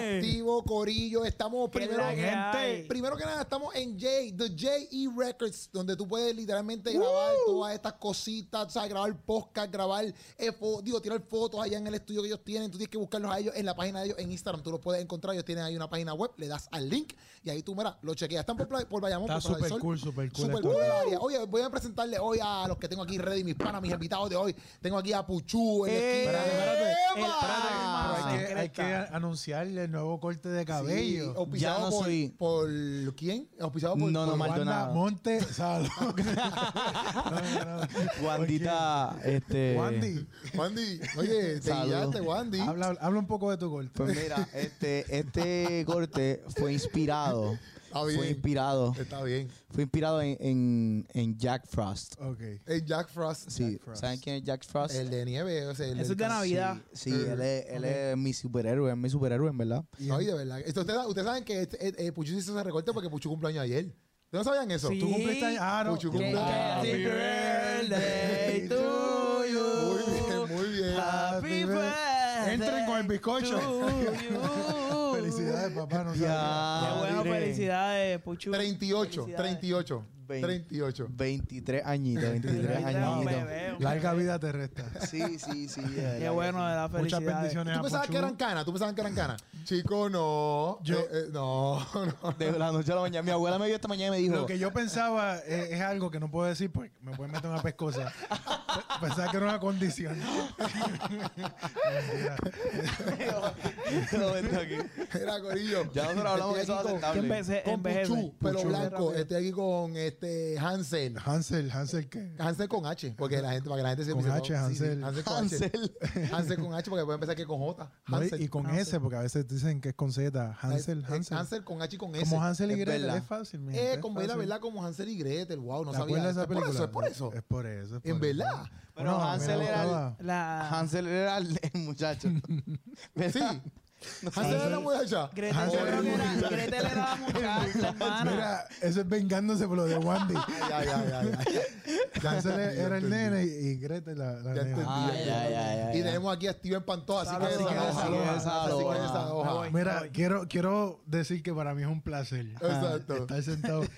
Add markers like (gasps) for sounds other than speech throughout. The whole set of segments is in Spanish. Corillo, Corillo. Estamos ¿Qué primero. la que hay? Primero que nada, estamos en J, The JE Records, donde tú puedes literalmente Uh. grabar todas estas cositas, o sea, grabar podcast, grabar, eh, fo- digo, tirar fotos allá en el estudio que ellos tienen. Tú tienes que buscarlos a ellos en la página de ellos en Instagram. Tú los puedes encontrar. Ellos tienen ahí una página web, le das al link y ahí tú, mira, lo chequeas. Están por, Pla- por Bayamón, Está por Plaza del súper Sol. cool, súper cool Súper esto. cool el área. Oye, voy a presentarle hoy a los que tengo aquí ready, mis panas, mis invitados de hoy. Tengo aquí a Puchu en la esquina. Espérate, Eh, espérate. El- espérate, Pero hay, Ah, que, hay que anunciarle el nuevo corte de Sí, cabello. auspiciado Ya no por, soy- por- quién? Auspiciado por No, no, por- Maldonado. Wanda Monte Salo. (laughs) No, no, no. Guandita, este. Porque- Wandy, Wandy, oye, te Saludos. guiaste, Wandy. habla, habla un poco de tu corte. Pues mira, este, este corte fue inspirado. Está bien. Fue inspirado. Está bien. Fue inspirado en, en- en Jack Frost. ok. El Jack Frost, Sí, Jack Frost. ¿saben quién es Jack Frost? el de nieve, o sea, el del Eso es de can- Navidad. vida. Sí, sí, él, es, él es mi superhéroe, es mi superhéroe, en verdad. No, oye, de verdad. Esto, ustedes, ustedes saben que este- eh, eh, Puchu se hizo ese recorte porque Puchu cumpleaños ayer. ¿Ustedes no sabían eso? Sí. ¿Tú cumpliste año? Ah, no. Puchu Yo- cumple- Happy Happy birthday to Muy you. bien, muy bien. Ah, Happy birthday. Entren con el bizcocho. to (laughs) you. Felicidades, papá. No sabía. uh, Qué Ya, bueno, diré, felicidades, Puchu. 38, Felicidades. 38, Veinte. 38. 23 añitos, 23 Felicidades, un añitos. bebé, un Larga vida te resta. Sí, sí, sí. de Qué verdad bueno, de la Muchas felicidad. bendiciones ¿Tú a pensabas Puchu. que eran canas? ¿Tú pensabas que eran canas? Chico, no. Yo- Eh, eh, (laughs) no, no. De la noche a la mañana. Mi abuela me vio esta mañana y me dijo. (laughs) Lo que yo pensaba eh, es, es algo que no puedo decir porque me pueden meter una pescosa. Pe- Pensaba que era una condición. Mentira. Lo meto aquí. Era Corillo. Ya nosotros hablamos de Estoy eso aquí con- Que aceptable. envejece, con envejece. Puchu, pelo Puchu. blanco. eh. Estoy aquí con este Hansel. Hansel, Hansel, ¿qué? Hansel con H, porque la gente, para que la gente se Con dice, H, no, sí, sí, Hansel. Hansel con Hansel. H. (laughs) Hansel con H, porque pueden pensar que con J. No, y- Hansel. y con S, porque a veces dicen que es con Z. Hansel, Eh, Hansel. Hansel con H y con S. Como Hansel y Es Gretel, verdad. es fácil. mi gente, eh, es con verdad, fácil. verdad, como Hansel y Gretel. Wow, no ¿Te sabía. acuerdas de Es esa por película? eso, es por eso. Es por eso. es En por verdad. eso. Pero a mí me Hansel era el- gustaba. La Hansel era el, el (laughs) muchacho. ¿Verdad? No sé. Hansel es la muchacha. Gretel, Hansel yo creo que era- era, Gretel era la muchacha, la hermana. Mira, eso es vengándose por lo de (laughs) Wandy. Ya, ya, ya, ya. (laughs) Hansel entendí, era el entendí. nene y, y Gretel la, la Ya nena. Ah, entendí. ya, ya, ya, Y ya. tenemos aquí a Steven Pantoja, así que Así que esa hoja. esa Así que hoja. esa Me hoja. voy. Mira, quiero, quiero decir que para mí es un (laughs) placer Exacto. estar sentado. (laughs) Digo,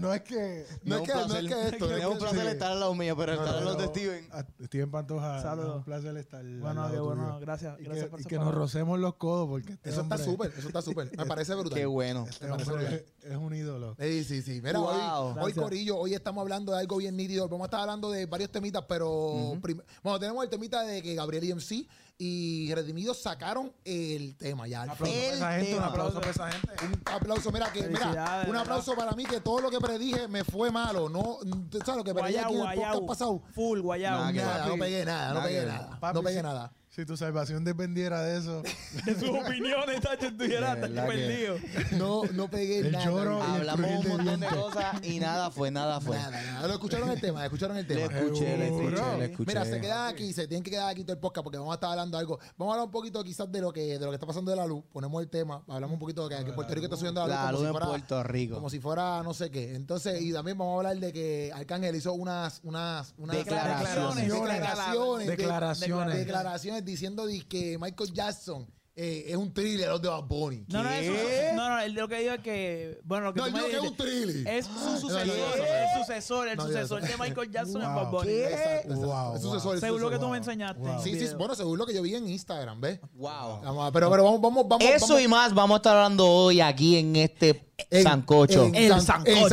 no es que... No es un que- no es placer- que esto, no es Es un que- placer sí. estar al lado mío, pero estar al lado de Pero Steven. Ah, a Steven Pantoja, Saludos. es un placer estar al Bueno, lado qué tuyo. bueno, gracias. Y gracias que, por y esa que nos palabra. rocemos los codos porque este Eso está hombre- súper, eso está súper. Me parece brutal. Qué bueno. este hombre es un ídolo. Sí, sí, sí. Mira, Wow. hoy, hoy Gracias. Corillo, hoy estamos hablando de algo bien nítido. Vamos a estar hablando de varios temitas, pero prim- bueno, tenemos el temita de que Gabriel IMC y Redimidos sacaron el tema ya. al Aplauso fin. para esa gente, un tema. aplauso para esa gente. Un aplauso, mira, que, mira, Felicidades, un ¿verdad? aplauso para mí que todo lo que predije me fue malo. No, tú ¿sabes lo que predije Guayau, aquí en el guayau. podcast pasado? Full, guayau. Nada que Nada, no pegué nada, no Nada que pegué ver. nada. Papi, No pegué si- nada. Si tu salvación dependiera (laughs) de eso, De sus opiniones, Tacho, estuviera De tan verdad que- perdido. No, no pegué El nada. lloro nada, y el Hablamos un crujir de montón de dientes. cosas y nada fue, nada fue. nada, nada. Lo escucharon el tema, escucharon el Le tema. escuché, le Seguro. escuché, le escuché. Mira, se quedan aquí, se tienen que quedar aquí todo el podcast porque vamos a estar hablando de algo. Vamos a hablar un poquito quizás de lo que de lo que está pasando de la luz. Ponemos el tema, hablamos un poquito de que, que Puerto Rico está subiendo la La luz, como, luz en si fuera, Puerto Rico. como si fuera no sé qué. Entonces, y también vamos a hablar de que Arcángel hizo unas unas unas Declaraciones. declaraciones, de- Declaraciones. declaraciones diciendo di- que Michael Jackson eh, es un thriller los de Bad Bunny. No, no, ¿Qué? eso, no, no, él lo que dijo es que. Bueno, lo que No, tú él me dijo que es un dijiste, thriller. Es su sucesor, no, no, no. el sucesor, el No, no, no. sucesor de Michael Jackson en Wow. Bob Bunny. ¿Qué? Exacto, exacto. Wow, Es sucesor, es Según lo sucesor. que tú Wow. me enseñaste. Wow. en Sí, sí, video. bueno, según lo que yo vi en Instagram, ¿ves? Wow. Vamos a- pero, pero vamos, vamos, vamos. Eso vamos- y más vamos a estar hablando hoy aquí en este En- sancocho. en El san- sancocho. El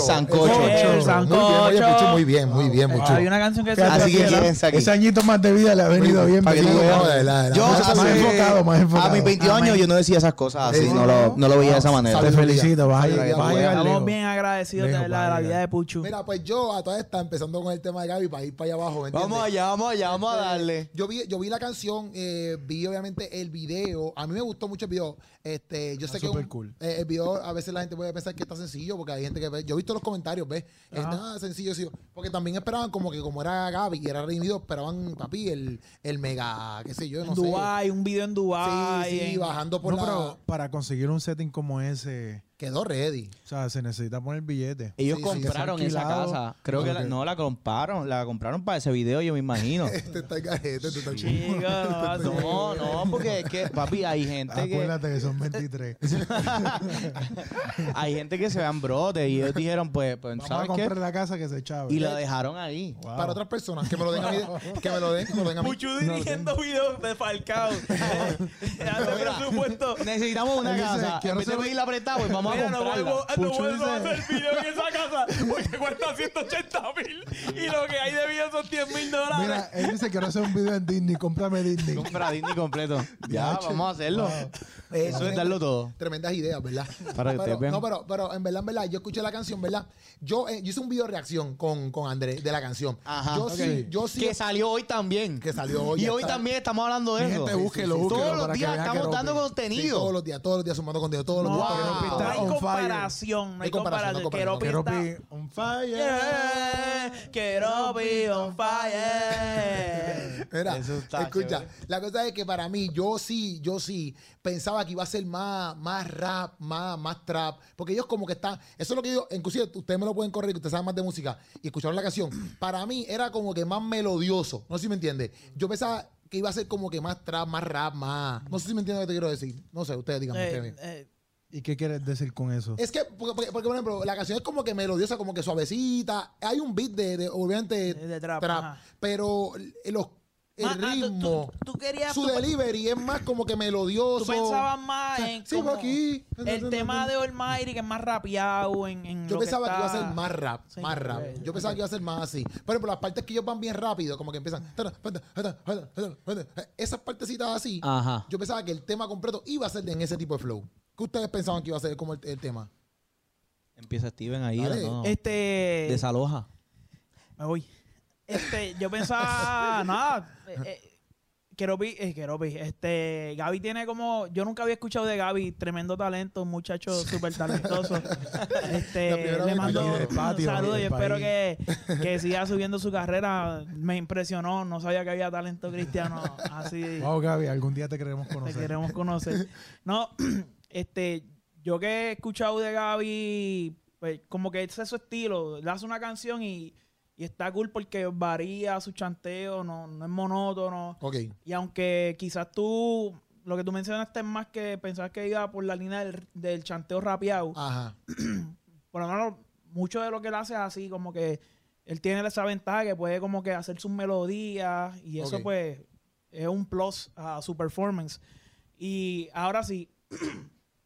sancocho. El sancocho. Muy bien, oye, Puchu, muy bien, muy bien, Ah, Puchu. Hay una canción que se Así llama- que Ese- quédense aquí. Ese añito más de vida le ha venido bien. Para que pero- tú veas. de la- de la- Yo más hace- enfocado, más enfocado. A mis 22 años yo no decía esas cosas así, Sí. no lo, no lo veía de esa manera. Te Salud. felicito, vas a Salud. llegar- vas a llegar Estamos lejos. bien agradecidos de Lejos, verdad de la vaya. vida de Puchu. Mira, pues yo a todas estas, empezando con el tema de Gaby, para ir para allá abajo, ¿me entiendes? Este, Vamos allá, vamos allá, vamos a darle. Yo vi, yo vi la canción, eh, vi obviamente el video. A mí me gustó mucho el video. Este, yo Está sé que súper un- cool. eh, el video a veces la gente puede pensar que está sencillo porque hay gente que ve. Yo he visto los comentarios, ¿ves? Es nada sencillo, sí. Porque también esperaban como que como era Gaby y era reunido, esperaban, papi, el, el mega, qué sé yo, no en Dubai, un video en sé. Dubai. sí, sí, en- bajando por No, la... pero para conseguir un setting como ese, quedó ready. O sea, se necesita poner billete. Ellos Sí, sí, compraron que se esa ha alquilado. casa. Creo que la- Ok. no la compraron, la compraron para ese video, yo me (laughs) imagino. Este está en cajete, este está chido. Chica, no, no, porque es que, papi, hay gente que Acuérdate que son 23. (laughs) hay gente que se dan brotes y ellos dijeron, pues, pues Vamos a ¿sabes qué? comprar la casa que se chave. Y la dejaron ahí. Wow. Para otras personas, que me lo den a mí. Que me lo den, que me lo den a mí. Puchu dirigiendo videos de Falcao. Eh, (laughs) Hace presupuesto. Necesitamos una Él dice, casa. En quiero vez de ser- pedirla prestada, pues vamos a Mira, no comprarla. vuelvo, no Puchu vuelvo a dice- hacer video en esa casa porque cuesta 180 mil y lo que hay de video son 10 mil dólares. Mira, él dice que no hacer un video en Disney. Cómprame Disney. Compra Disney completo. Ya, vamos a hacerlo. Eso es darlo todo. Tremendas ideas, ¿verdad? (laughs) Para que ustedes pero, vean. No, pero, pero en verdad, en verdad, yo escuché la canción, ¿verdad? Yo, eh, yo hice un video reacción con, con Andrés de la canción. Ajá, Yo ok. sí, yo sí. Que salió hoy también. Que salió hoy, Y ya hoy está. también estamos hablando de Mi eso. gente, búsquelo, búsquelo Todos los para que días vean que estamos rompe. dando sí, contenido. todos los días, todos los días sumando contenido, todos los No, días. wow. Keropi no está hay on fire. comparación, no hay comparación, comparación. no Keropi Quiero está... pi- un fire. Yeah, Keropi Eh, (laughs) on fire. Mira, Eso está escucha, chévere. la cosa es que para mí, yo sí, yo sí pensaba que iba a ser más, más rap, más, más trap, porque ellos como que están, eso es lo que yo, inclusive ustedes me lo pueden correr, que ustedes saben más de música y escucharon la canción. Para mí era como que más melodioso, no sé si me entiendes. Yo pensaba que iba a ser como que más trap, más rap, más, no sé si me entienden lo que te quiero decir. No sé, ustedes díganme. ustedes Eh, mismos. eh, ¿Y qué quieres decir con eso? Eh, Es que, porque, porque, porque, por ejemplo, la canción es como que melodiosa, como que suavecita. Hay un beat de, de, obviamente, De trap, ajá. pero el, los- el ah, ah, tú- ritmo, tú, tú querías... su tú- delivery es más como que melodioso. Tú pensabas más en Sí, como aquí. el tema de Almighty que es más rapeado en, en Yo lo que pensaba que, iba está- a ser más rap, Sí, más rap. ok, Yo pensaba que iba a ser más así. Por ejemplo, las partes que ellos van bien rápido, como que empiezan. Esas partecitas así. Ajá. Yo pensaba que el tema completo iba a ser en ese tipo de flow. ¿Qué ustedes pensaban que iba a ser como el, el tema? Empieza Steven ahí. Dale. ¿no? Este Desaloja. me voy. Este, yo pensaba nada. eh, eh, Keropi, eh, Keropi, este, Gaby tiene como, yo nunca había escuchado de Gaby, tremendo talento, un muchacho súper talentoso. La Este, primera vez le que mando escucho un del patio, saludo y del espero país. que, que siga subiendo su carrera. Me impresionó, no sabía que había talento cristiano así. Wow, Gaby, algún día te queremos Te conocer. queremos conocer. No, (clears throat) este, yo que he escuchado de Gaby, pues como que ese es su estilo. Le hace una canción y, y está cool porque varía su chanteo, no, no es monótono. Ok. Y aunque quizás tú, lo que tú mencionaste es más que pensar que iba por la línea del, del chanteo rapeado, Ajá. por lo menos mucho de lo que él hace es así, como que él tiene esa ventaja que puede como que hacer sus melodías y eso Ok. pues es un plus a su performance. Y ahora sí, (clears throat)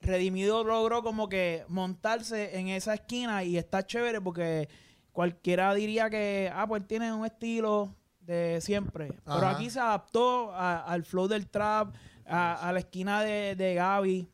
Redimido logró como que montarse en esa esquina y está chévere porque cualquiera diría que, ah, pues tiene un estilo de siempre. Pero Ajá. aquí se adaptó a- al flow del trap, a, a la esquina de, de Gaby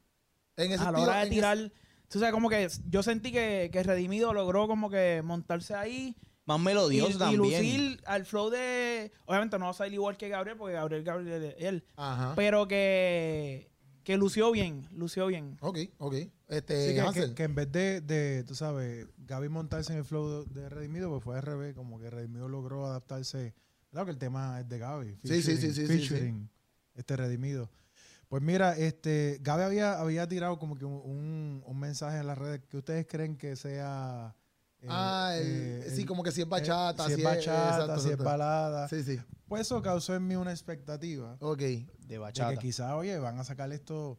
En ese a la estilo, hora de en ese- tirar. Tú sabes, como que yo sentí que, que Redimido logró como que montarse ahí Más y, melodioso y también. lucir al flow de. Obviamente no va a salir igual que Gabriel, porque Gabriel, Gabriel es él. Ah. Ajá. Pero que, que lució bien, lució bien. Ok, ok. Sí, Este, que- que, Hansel. que en vez de, de, tú sabes, Gaby montarse en el flow de Redimido, pues fue al revés, como que Redimido logró adaptarse. Claro que el tema es de Gaby. Sí, sí, sí, featuring- sí, sí, sí. featuring este Redimido. Pues mira, este, Gaby había, había tirado como que un, un mensaje en las redes que ustedes creen que sea... eh, ah, el- eh, sí, el- como que si es eh, bachata. si es bachata, si es balada. Sí, sí. Pues eso causó en mí una expectativa Ok. De de bachata. que quizás, oye, van a sacar esto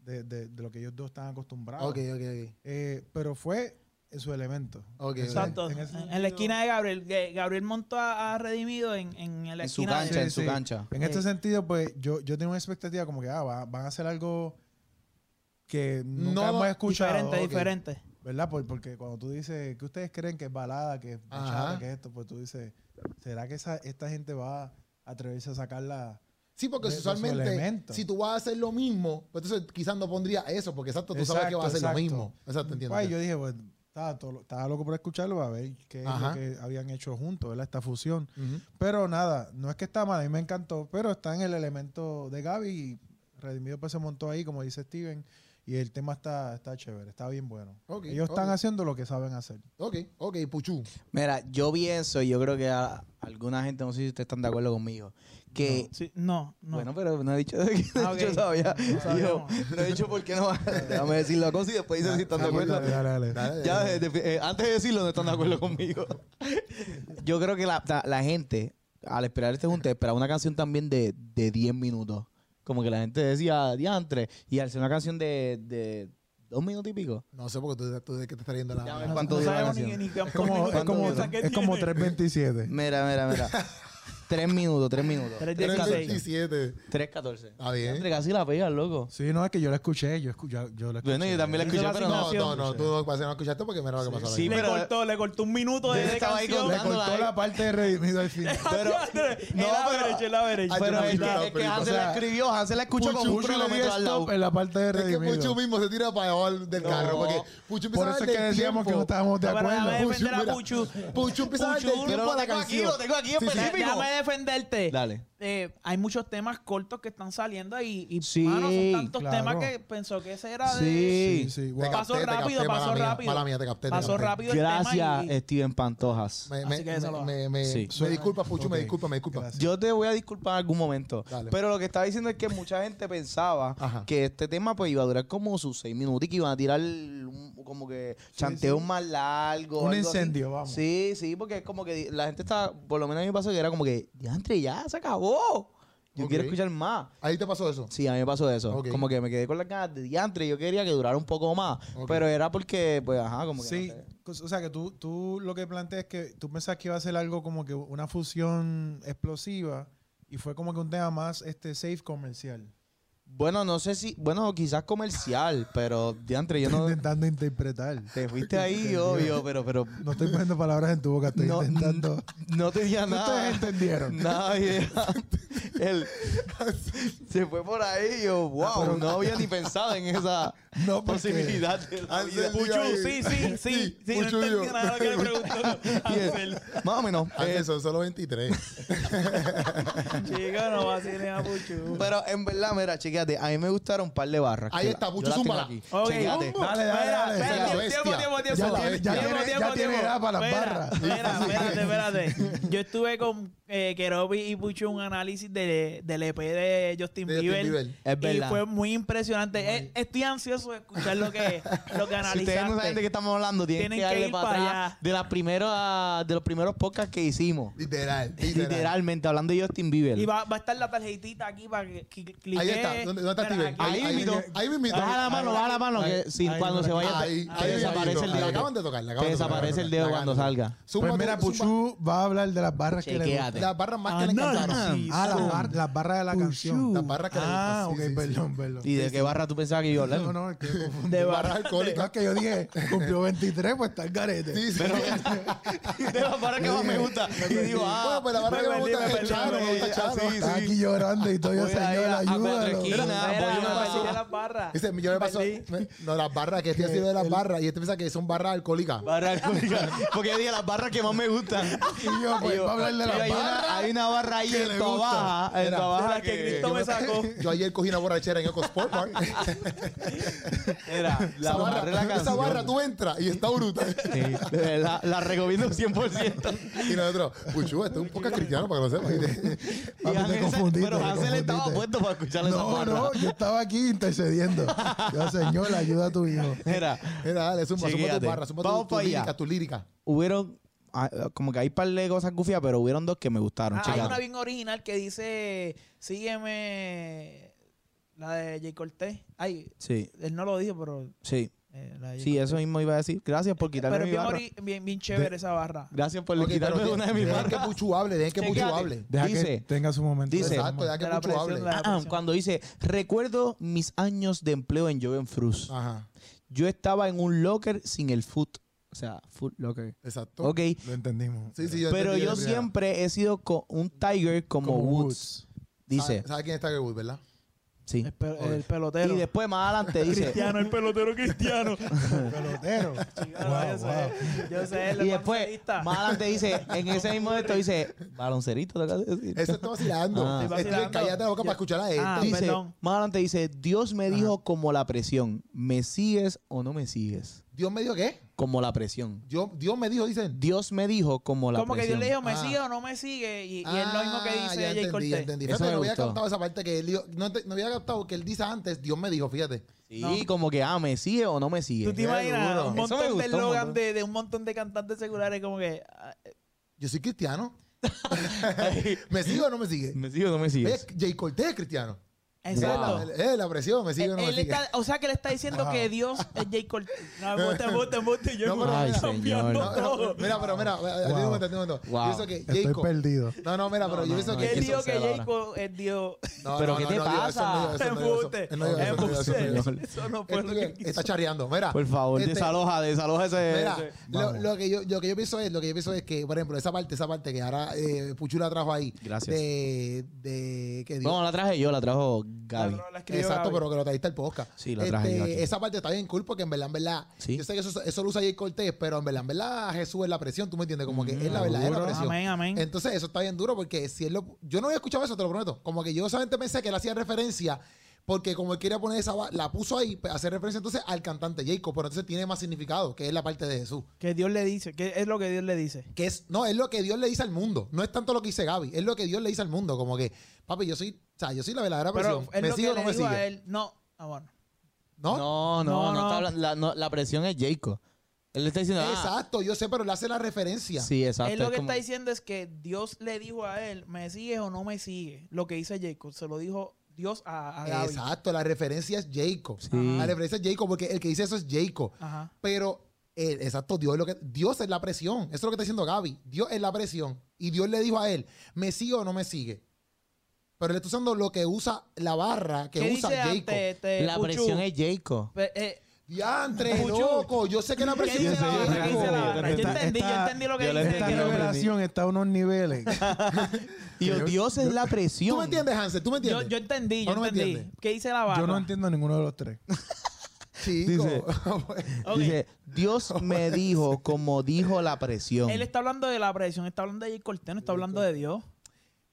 de, de- de lo que ellos dos están acostumbrados. Ok, ok, ok. Eh, pero fue en su elemento. Ok, En ese- Exacto. En, en ese la sentido- esquina de Gabriel. que Gabriel montó a, a Redimido en, en la En su esquina. de- cancha, en su sí. cancha. En este sentido, pues yo, yo tenía una expectativa como que ah, va- van a hacer algo que nunca No, hemos escuchado. Diferente, ok, diferente. ¿Verdad? Por- porque cuando tú dices que ustedes creen que es balada, que es bachata, Ajá. que es esto, pues tú dices, ¿será que esa, esta gente va a atreverse a sacarla? Sí, porque De- de su usualmente, elemento. si tú vas a hacer lo mismo, pues entonces quizás no pondría eso, porque exacto, tú sabes que Exacto, vas a hacer exacto. lo mismo. Exacto, entiendo. Pues yo dije, pues estaba, todo- estaba loco por escucharlo, a ver qué es Ajá. lo que habían hecho juntos, ¿verdad? Esta fusión. Ujú. Pero nada, no es que está mal, a mí me encantó, pero está en el elemento de Gaby y Redimido pues se montó ahí, como dice Steven, y el tema está, está chévere, está bien bueno. Ok, Ellos están ok. haciendo lo que saben hacer. Ok, ok, Puchu. Mira, yo pienso y yo creo que a- alguna gente, no sé si ustedes están de acuerdo conmigo, que... Sí, no, no. Bueno, pero no he dicho (laughs) de que Ah, no he dicho ok. todavía. No Y yo, sabíamos. Ah, no he dicho por qué no. (laughs) Déjame decir la cosa y después dice si están de acuerdo. Dale, dale, dale. Ya, de- de- eh, antes de decirlo, no están de acuerdo conmigo. Yo creo que la, la- la gente, al esperar este junte, esperaba una canción también de, de 10 minutos. Como que la gente decía diantre. Y al ser una canción de, de dos minutos y pico. No sé porque tú, tú de qué te estás riendo la Ya mano. ves cuánto no dura la sabemos canción. ni, ni (laughs) Es (laughs) como, es como, es como 327. Mira, mira, mira. tres minutos, tres minutos. 316. 327. 3.14. Está bien. Diantre, casi la pegas, loco. Sí, no, es que yo la escuché, yo, escu- yo, yo la escuché. Bueno, yo también la Hizo escuché, la pero (laughs) no. No, no, no, tú no, no escuchaste porque mira lo que pasó. Sí, Le pero- cortó, le cortó un minuto de, Yo de estaba ahí canción. Le cortó Dándola, eh. la parte de redimido al final. pero- (laughs) el No, pero- average, el average. Ay, Pero yo no es vi la que, es que película, Hansel o sea, la escribió, Hansel la escuchó con un Puchu le dio cronómetro al lado. stop en la parte de Es que Puchu redimido. mismo se tira para abajo del carro. Porque Puchu empieza Por a eso hablar es que del decíamos que no tiempo. estábamos de No, pero acuerdo. déjame Puchu, defender a mira. Puchu. Puchu empieza a hablar del Puchu, tiempo a la tengo aquí, canción. lo tengo aquí Sí, en sí. Ya- específico. Déjame defenderte. Dale. Eh, hay muchos temas cortos que están saliendo y, y Sí, mano, son tantos claro. temas que pensó que ese era de... Sí. Sí, sí, Te wow. Pasó capté, te rápido, capté, pasó mala mía, rápido. Mala mía, te capté. te Pasó capté. rápido el tema Gracias, y- Steven Pantojas. Me, Así que me, eso lo me, va. me, me, Sí. me disculpa, Puchu, Ok. me disculpa, me disculpa. Gracias. Yo te voy a disculpar en algún momento. Dale. Pero lo que estaba diciendo es que mucha gente pensaba Ajá. que este tema pues iba a durar como sus seis minutos y que iban a tirar un- como que chanteos más largo. Un algo así. incendio, vamos. Sí, sí, porque es como que la gente está, por lo menos a mí me pasó que era como que, diantre, ya, se acabó. Yo Ok. quiero escuchar más. Ahí te pasó Eh, eso. Sí, a mí me pasó eso. Ok. Como que me quedé con las ganas de diantre. Yo quería que durara un poco más. Ok. Pero era porque, pues, ajá, como que. Sí, no sé. cos- o sea que tú, tú lo que planteas es que tú pensabas que iba a ser algo como que una fusión explosiva y fue como que un tema más este safe comercial. Bueno, no sé si. Bueno, quizás comercial, (laughs) pero diantre, (laughs) yo no. intentando interpretar. Te fuiste (laughs) ahí, obvio, pero. pero No estoy poniendo palabras en tu boca, estoy no, intentando. (laughs) no tenía nada. (laughs) Ustedes entendieron. Nada, (laughs) idea. (laughs) Él se fue por ahí y yo, wow, no había ni pensado en (laughs) esa No, porque- posibilidad. de la Hansel vida. (laughs) dijo ahí. Puchu, sí, sí, sí, sí, no Puchu y yo. entendí nada de lo que le preguntó. Y él, (laughs) Hansel. Más o menos. Ángel, eh, son solo (laughs) 23. Chico, no va a ser a Puchu. Pero en verdad, mira, chequéate, a mí me gustaron un par de barras. Ahí que la- está, yo Pucho, las tengo zúmbala. aquí. Ok. Chequéate. Dale, dale, Espera, dale. espera, la tiempo, bestia. tiempo, tiempo, Ya la- tiempo, ya tiempo, tiene- tiempo, ya tiene tiempo. edad para las Espera, barras. Espera, espérate, espérate. Yo estuve con eh, Keropi y Puchu un análisis de, del EP de Justin De Justin Bieber. Bieber. Es verdad. Y fue muy impresionante. Eh, Estoy ansioso de escuchar lo que, lo que Si ustedes no saben de qué analizaste. estamos hablando, tienen, Tienen que que darle ir para para atrás allá. de, las primeras, de los primeros podcasts que hicimos. Literal, literal. Literalmente, hablando de Justin Bieber. Y va, va a estar la tarjetita aquí para que que- clique. Ahí está. ¿Dónde, dónde está Espera, Steven? aquí. Ahí ahí mismo. mismo. Ahí mismo. baja la mano, baja la mano, que si, ahí, cuando mira, se vaya, Ahí, te- ahí, te desaparece ahí, el la dedo. acaban de tocar, la acaban Te de tocar, desaparece la el dedo acaban de cuando tocar. salga. Zumba Pues tú, mira, zumba. Puchu va a hablar de las barras que le Chequéate. gustan. Las barras más que le encantaron. Análisis. Ah, las bar- las barras de la canción. Las barras que le gustan. Ah, sí, ok, sí, sí. pues, perdón, perdón. ¿Y de qué barra tú pensabas que iba a hablar? No, no, es que confundí. De Barras barra. alcohólicas. Es que yo dije, cumplió 23, pues está el (laughs) garete. Sí, sí. De la barra que más me gusta. Y digo, Bueno, ah, pues la barra que me perdí, gusta me es perdí, Charo, me me gusta perdí. Charo. Ah, sí, Está aquí llorando y todo yo, Voy a ir señor, a- a ayúdalo. Petroquín. Mira, Nada, Espera, voy a una me barra. perdí las barras. Dice, yo me pasó. Perdí. me- No, las barras, que Eh, estoy haciendo de las barras. Y este piensa que son barras alcohólicas. Barra alcohólica. Porque yo dije las barras que más me gustan. Y yo, pues, va a hablar de Pero las hay barras. una, hay una barra ahí en le tu gusta. baja. En tu Mira, baja la que Ah, que Cristo me sacó. Yo ayer cogí una borrachera en Eco Sport Bar. (laughs) Era la esa barra de la barra, esa canción. barra tú entras y está brutal. Sí, de verdad, la recomiendo 100%. Y nosotros, Puchu, este es un poco cristiano para que lo sepas. Y Papi, te Ángel se- confundiste, pero te Hansel estaba confundiste. puesto para escuchar esa No, barra. no, yo estaba aquí intercediendo. Yo, señor, ayuda a tu hijo. Era, Mira, dale, suma, suma Chequéate. tu barra, suma tu- Vamos tu pa' allá. lírica, tu lírica. hubieron, ah, ah, como que hay par de cosas gufias, pero hubieron dos que me gustaron. Ah, hay chécate. una bien original que dice, sígueme, la de J. Cortés. Ay, Sí, él no lo dijo, pero sí, eh, la de J. sí, eso mismo iba a decir. Gracias por quitarme Eh, Pero mi bien, barra. ori- bien, bien chévere esa barra. Gracias por Ok, pero quitarme de- una de mis dejen barras. que Puchu hable, dejen que Puchu Chequéate. hable. Deja que Dice- tenga su momento. dice- Su Exacto, momento. deja que De la Puchu presión de hable. la- Ah, ah, presión. cuando dice, recuerdo mis años de empleo en Joven Fruz. Ah. Ajá, Yo estaba en un locker sin el foot. O sea, foot locker. exacto. Ok. Lo entendimos. Sí, sí, Pero entendí yo la primera. siempre he sido co- un tiger como, Como Woods. Ah, Dice, Ah, ¿Sabes quién está Wood, verdad? sí. El, pe- el Y pelotero. después más adelante dice, Cristiano, el pelotero (laughs) cristiano. Pelotero. Claro, Wow, yo sé, wow. yo sé, él y es después barcelonista. más adelante dice, en ese mismo esto dice, baloncerito, te acabas de decir. Eso está vacilando. Ah. Estoy Vacilando. Cállate la boca Ya. para escuchar a Ah, este. dice, perdón. más adelante dice, Dios me dijo como la presión, ¿me sigues o no me sigues? Dios me dijo qué? como la presión. Dios, Dios me dijo, dicen. Dios me dijo como la Como que Dios presión. le dijo, ¿me Ah. sigue o no me sigue? Y, y es lo mismo que Ah, dice ya Jay entendí, ya Cortés. entendí. Eso Fíjate, me no había gustó. captado esa parte que él dijo- no, te- no había captado que él dice antes, Dios me dijo, fíjate. Sí, No. como que, ah, ¿me sigue o no me sigue? ¿Tú te (laughs) Qué imaginas duro. un Eso me montón de gustó un eslogan montón. de, de un montón de cantantes seculares como que... ah, Yo soy cristiano. ¿Me sigue o no me sigue? ¿Me sigue o no me sigue? ¿Ves? Jay Cortés es cristiano. Exacto. Es la, es la presión, me sigue o no me Él sigue. está, o sea que le está diciendo que Dios es Jay Cortés. No, embuste, embuste, embuste. Yo No, pero Ay, mira, señor. No, no, mira, pero mira, mira, Wow. un momento, un momento. Wow. Yo pienso que Estoy Jacob- perdido. No, no, mira, pero yo no, pienso no, que Él eso dijo que se habla. Jacob es Dios. (laughs) No, Pero no, ¿qué no, te no, digo, eso no digo, eso no digo, eso- Embuste. él no digo, eso no digo, eso no digo, eso no digo. Embuste. Eso no fue Él lo que digo, Está chareando, mira. Por favor, Este, desaloja, desaloja ese... Mira, ese- lo, Vamos. lo que yo, lo que yo pienso es, lo que yo pienso es que, por ejemplo, esa parte, esa parte que ahora eh, Puchula trajo ahí. Gracias. De, de que Dios- No, la traje yo, la trajo Gaby. La escribió Exacto, Gaby. pero que lo trajiste al podcast. Este, Sí, la traje yo aquí. Esa parte está bien cool porque en verdad, en verdad, Sí. yo sé que eso, eso lo usa Jay Cortés, pero en verdad, en verdad, Jesús es la presión, tú me entiendes, como que es Mm, la verdadera seguro. presión. Amén, amén. Entonces, eso está bien duro porque si él lo. Yo no había escuchado eso, te lo prometo. Como que yo solamente pensé que él hacía referencia. Porque como él quería poner esa, ba- la puso ahí, pues, hace referencia entonces al cantante Jacob, pero entonces tiene más significado, que es la parte de Jesús. Que Dios le dice, que es lo que Dios le dice. Que es, no, es lo que Dios le dice al mundo. No es tanto lo que dice Gaby, es lo que Dios le dice al mundo. Como que, papi, yo soy, o sea, yo soy la verdadera Pero presión. es ¿Me lo que sigue o le no me dijo a sigue? él. No, ah, bueno. ¿No? No, no, No, no, no. está hablando- la, no, la presión es Jacob. Él le está diciendo, ah, Exacto, yo sé, pero le hace la referencia. sí, exacto. Él lo es que como- está diciendo es que Dios le dijo a él, ¿me sigues o no me sigues? Lo que dice Jacob, se lo dijo Dios a, a Ah, Gaby. Exacto, la referencia es Jacob. Sí. La referencia es Jacob, porque el que dice eso es Jacob. Ajá. Pero, eh, exacto, Dios es, lo que, Dios es la presión. Eso es lo que está diciendo Gaby. Dios es la presión. Y Dios le dijo a él, ¿me sigue o no me sigue? Pero él está usando lo que usa la barra que ¿Qué usa dice Jacob. ante este La Puchu? presión es Jacob. Pe- eh, Diantre, Puchu. loco. Yo sé que la ¿Qué presión dice es sé, la yo barra? ¿Qué entendí, dice la yo barra? Yo entendí. entendí, yo Esta- entendí lo que yo le dice. Esta que lo revelación está a unos niveles. Y Yo- Dios es la presión. ¿Tú me entiendes, Hansel? ¿Tú me Yo, entiendes? yo entendí, yo ¿O no me entendí. entiendes? ¿Qué dice la barra? Yo no entiendo ninguno de los tres. Chico. (laughs) Dice- Ok, Dice, Dios me dijo como dijo la presión. Él está hablando de la presión, está hablando de Jay Cortés, no está hablando de Dios.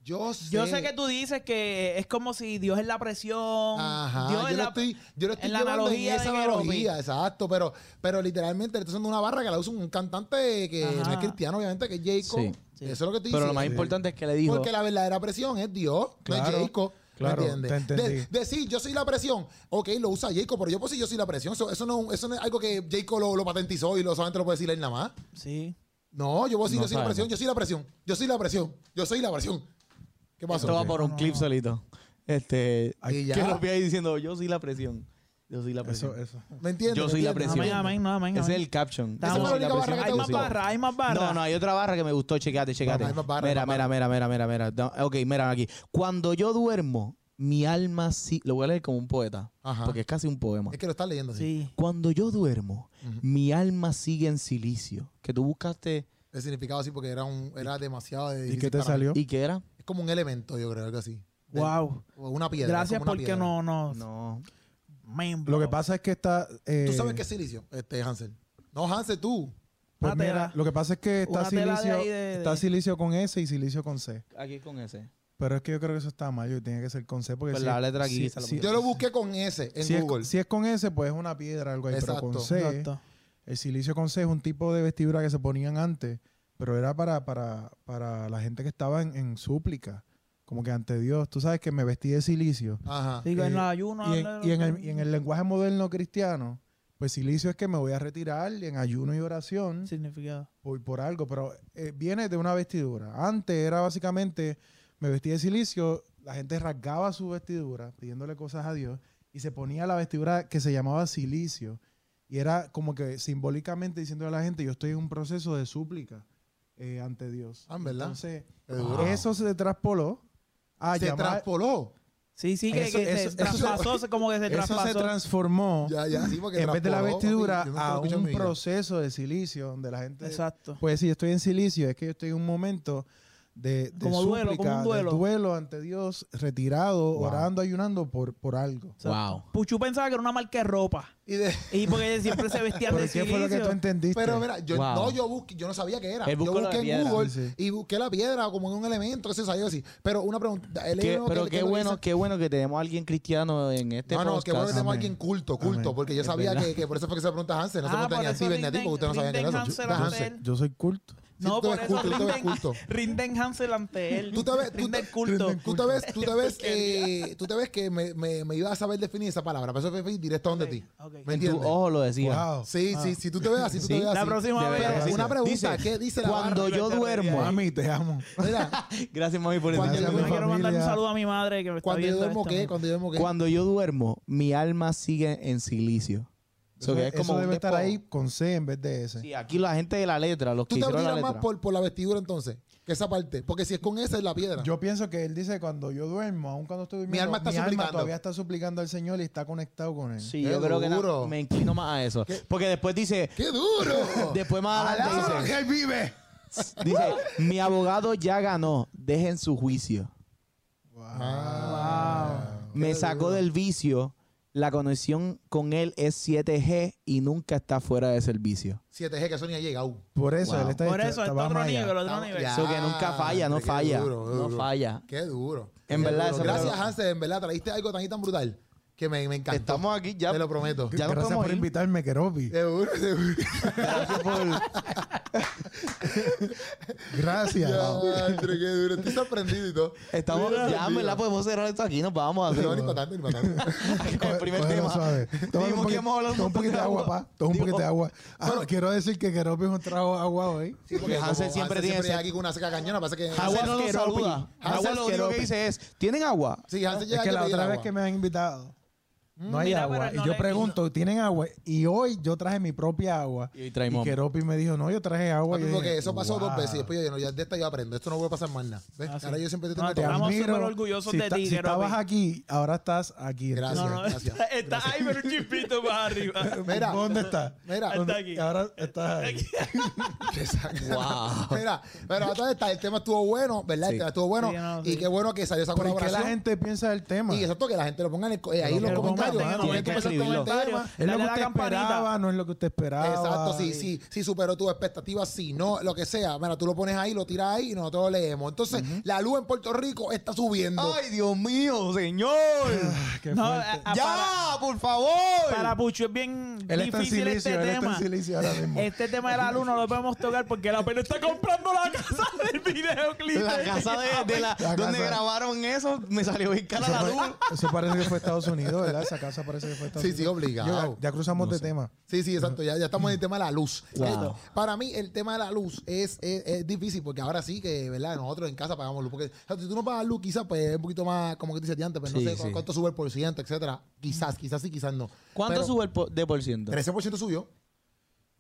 yo sé. Yo sé que tú dices que es como si Dios es la presión. Ajá, Dios yo, es lo la- estoy, yo lo estoy en la llevando analogía en esa de Nairobi. analogía, exacto, pero, pero literalmente le estoy usando una barra que la usa un cantante que no Ajá. es cristiano, obviamente, que es Jacob. Sí. Sí. Eso es lo que estoy Pero lo más diciendo. importante es que le dijo, Porque la verdadera presión es Dios, no Claro, es Jacob. ¿me claro, entiendes? te entendí. De- decir yo soy la presión, ok, lo usa Jacob, pero yo pues sí yo soy la presión. Eso, eso no, eso no es algo que Jacob lo, lo patentizó y lo solamente lo puede decir él nada más. Sí. No, yo puedo decir No yo soy la sabemos. presión, yo soy la presión, yo soy la presión, yo soy la presión. ¿Qué pasó? esto va por un clip solito. Este, Y ya. que lo vi ahí diciendo, yo soy la presión. Yo soy la Eso, presión. eso. ¿Me entiendes? Yo ¿Me soy la entiendes? presión. Amén, amén, no, amén. Ese amén. es el caption. Esa Yo fue la soy única barra que presión, te Hay yo más soy la gustó. barra, hay más barra. No, no, hay otra barra que me gustó. Checate, checate. Vamos, hay más barra, mira, hay más mira, mira, mira, mira, mira. No, ok, mira aquí. Cuando yo duermo, mi alma sí. Lo voy a leer como un poeta. Ajá. Porque es casi un poema. Es que lo estás leyendo así. Sí. Cuando yo duermo, Ujú. mi alma sigue en silicio. Que tú buscaste. El significado así porque era un era demasiado de ¿Y difícil qué te para salió? ¿Y qué era? mí. Es como un elemento, yo creo, algo así. De- Wow. o Una piedra. Gracias como una porque piedra. no, no. No. Man, Lo que bro. pasa es que está. eh, Tú sabes qué es silicio, este Hansel. No, Hansel, tú. pues Una mira, tela. lo que pasa es que está Una tela de silicio, ahí de- está de- silicio con S y silicio con C. Aquí con ese. Pero es que yo creo que eso está mal. yo Tiene que ser con C porque Pues si la es- letra aquí si- está la si- puta. Yo lo busqué con S en si es, Google. si es con S, pues es una piedra o algo ahí. Pero con Exacto. C, Exacto. el silicio con C es un tipo de vestidura que se ponían antes, pero era para, para, para la gente que estaba en, en súplica. Como que ante Dios, tú sabes que me vestí de silicio. Ajá. Digo, en Eh, los ayunos. Y en, habla de y lo en el, que- y en el lenguaje moderno cristiano, pues silicio es que me voy a retirar en ayuno y oración Significado. por, por algo, pero eh, viene de una vestidura. Antes era básicamente, me vestía de silicio, la gente rasgaba su vestidura pidiéndole cosas a Dios y se ponía la vestidura que se llamaba silicio. Y era como que simbólicamente diciéndole a la gente, yo estoy en un proceso de súplica eh, ante Dios. Ah, ¿verdad? Entonces, Qué duro. eso se traspoló a Se llamar... traspoló. Sí, sí, que, Eso- que eso- se eso- traspasó, se- como que se (laughs) Eso se traspasó. transformó Ya, ya. Sí, porque en vez de la traspoló, papi, vestidura yo nunca lo a escuché en mi un vida. proceso de silicio donde la gente Exacto. Pues sí, estoy en silicio, es que yo estoy en un momento de, de Como duelo, súplica, como un del duelo. duelo ante Dios, retirado, Wow. orando, ayunando por, por algo. O sea, Wow. Puchu pensaba que era una marca de ropa. Y de- Y porque él siempre se vestía ¿Pero de qué fue lo que tú silicio. entendiste? pero mira, yo Wow. no, yo busqué, yo no sabía qué era. Él Yo buscó la busqué en piedra. Google Sí, sí. y busqué la piedra como un elemento, que se salió así. Pero una pregunta, él es Qué- uno pero que- qué que lo bueno, dice- qué bueno que tenemos a alguien cristiano en este no, no, podcast. qué bueno que tenemos a Amén. alguien culto, culto, Amén. porque yo Es sabía verdad. que, que por eso fue que se pregunta a Hansen, no se Ah, pregunta por ni a eso Steven ni a ti, Rinden- porque ustedes no sabían que era eso. Rinden Da Hansel Hansen. Hansel. Yo soy culto. Sí, No, tú por eres eso culto, tú eres rinden, culto. rinden Hansel ante él. Tú te ves, tú rinden te, culto. tú te ves, tú te ves, Porquería. eh, tú te ves que me, me, me iba a saber definir esa palabra, pero eso fue directo donde ti. Ok, ok. ¿Me En tu entiendes? ojo lo decía. Wow. Sí, Ah. sí, si tú te ves así, tú Sí. te ves así. La próxima De vez. verdad. Pero una pregunta, Dice, ¿qué dice la Cuando barra. yo duermo. Mami, te amo. Mira, Gracias, mami, por el Cuando Yo yo mensaje. mi quiero mandar un familia. saludo a mi madre que me está cuando yo viendo. duermo, esto. ¿qué? Cuando yo duermo, ¿qué? Cuando yo duermo, mi alma sigue en silicio. So que es Eso como un debe estar despojo. ahí con C en vez de S. Sí, aquí la gente de la letra, los Tú que te hicieron la tiras más letra. por, por la vestidura entonces, que esa parte. Porque si es con esa es la piedra. Yo pienso que él dice cuando yo duermo, aun cuando estoy durmiendo, alma está suplicando. todavía está suplicando al Señor y está conectado con él. Sí, Qué yo creo que na- duro. me inclino más a eso. Porque después dice, ¡Qué duro! después más adelante Ah, dice, él vive! dice, mi abogado ya ganó, dejen su juicio. Me sacó del vicio, la conexión con él es 7G y nunca está fuera de servicio. 7G, que eso ni ha llegado. Por eso Wow. él está Por eso, está estaba otro más allá. nivel, otro Estamos- nivel. ya. Eso que nunca falla, no hombre, qué falla. duro, qué no duro. falla. Qué duro. En Qué verdad, eso- Gracias, pero- Hansel. En verdad, trajiste algo tan y tan brutal que me, me encantó. Estamos aquí ya. Te lo (laughs) prometo. Ya nos Gracias podemos por ir. (laughs) invitarme, Keropi. Seguro, seguro. Gracias por- Gracias. Ya, Andrew, qué duro. Estoy sorprendido y todo. Estamos, Mira, ya, en mira. verdad, podemos cerrar esto aquí. Nos vamos a hacer Pero ni pa' tanto, ni pa' tanto. el primer Cógelo tema. suave. Toma Dijimos un que poquito, íbamos a hablar toma un poquito de agua, pa. Toma un Digo- poquito de agua. Ah, quiero decir que Keropi es un trago agua hoy. Sí, porque Porque como Hansel siempre tiene llega ese- aquí con una seca cañona. Pasa que Agua no nos Hansel- saluda. Agua Hansel lo único que Keropi. dice es, ¿tienen agua? Sí, Hansel Es llega que aquí la a pedir otra vez agua. que me han invitado, no hay Mm, Mira, agua. pero no y yo le- pregunto, ¿tienen agua? Y hoy yo traje mi propia agua. Y hoy traemos. Y Keropi me dijo, no, yo traje agua. Papi, Y yo porque dije, eso pasó "Wow". dos veces y después yo, no, ya de esta yo aprendo. Esto no vuelve a pasar más nada. ¿Ves? Ah, sí. Ahora yo siempre te No, tengo Te que (laughs) Estamos admiro. superorgullosos si de esta- ti, Si Keropi. estabas aquí, ahora estás aquí. Gracias. No, no, Gracias, está, (laughs) está ahí, pero un chispito (laughs) más arriba. Mira. ¿Dónde está? Mira. ¿Dónde- Está aquí. Ahora estás ahí. Te saca- Wow. Mira, pero entonces está, el tema estuvo bueno, ¿verdad? El Sí. tema estuvo bueno. Sí, no, Y sí. qué bueno que salió esa ¿Por qué la colaboración. gente piensa del tema? Y exacto, que la gente lo ponga en el co- eh, ahí Que en los lo comentarios. comenten, ¿no? tienen que Comenten escribirlo. exactamente el tema. Es Dale lo que a la usted campanita. esperaba, no es lo que usted esperaba. Exacto, si, si, si superó tus expectativas, si no, lo que sea. Mira, tú lo pones ahí, lo tiras ahí y nosotros lo leemos. Entonces, la luz en Puerto Rico está subiendo. ¡Ay, Dios mío, señor! Ah, qué No, eh, fuerte. a- a- ¡Ya, por favor! para, para Puchu es bien Él está en silicio, difícil él este está en tema. silicio ahora mismo. Este tema de la luz no lo podemos tocar porque la pena está comprando la casa (laughs) del videoclip. la casa de, de la, La donde casa. grabaron eso me salió bien cara la luz. Eso parece que fue Estados Unidos, ¿verdad? Esa casa parece que fue Estados Sí, sí, Unidos. obligado. Yo- ya, cruzamos de tema. Sí, sí, exacto. Ya, ya estamos en el tema de la luz. Wow. Eh, Para mí, el tema de la luz es, es, es difícil porque ahora sí que, ¿verdad? Nosotros en casa pagamos luz. Porque o sea, si tú no pagas luz, quizás pues, es un poquito más, como que tú dices antes, pero pues, Sí, no sé cu- sí. cuánto sube el por ciento, etcétera. Quizás, quizás sí, quizás no. ¿Cuánto Pero sube el po- de por ciento? 13% subió.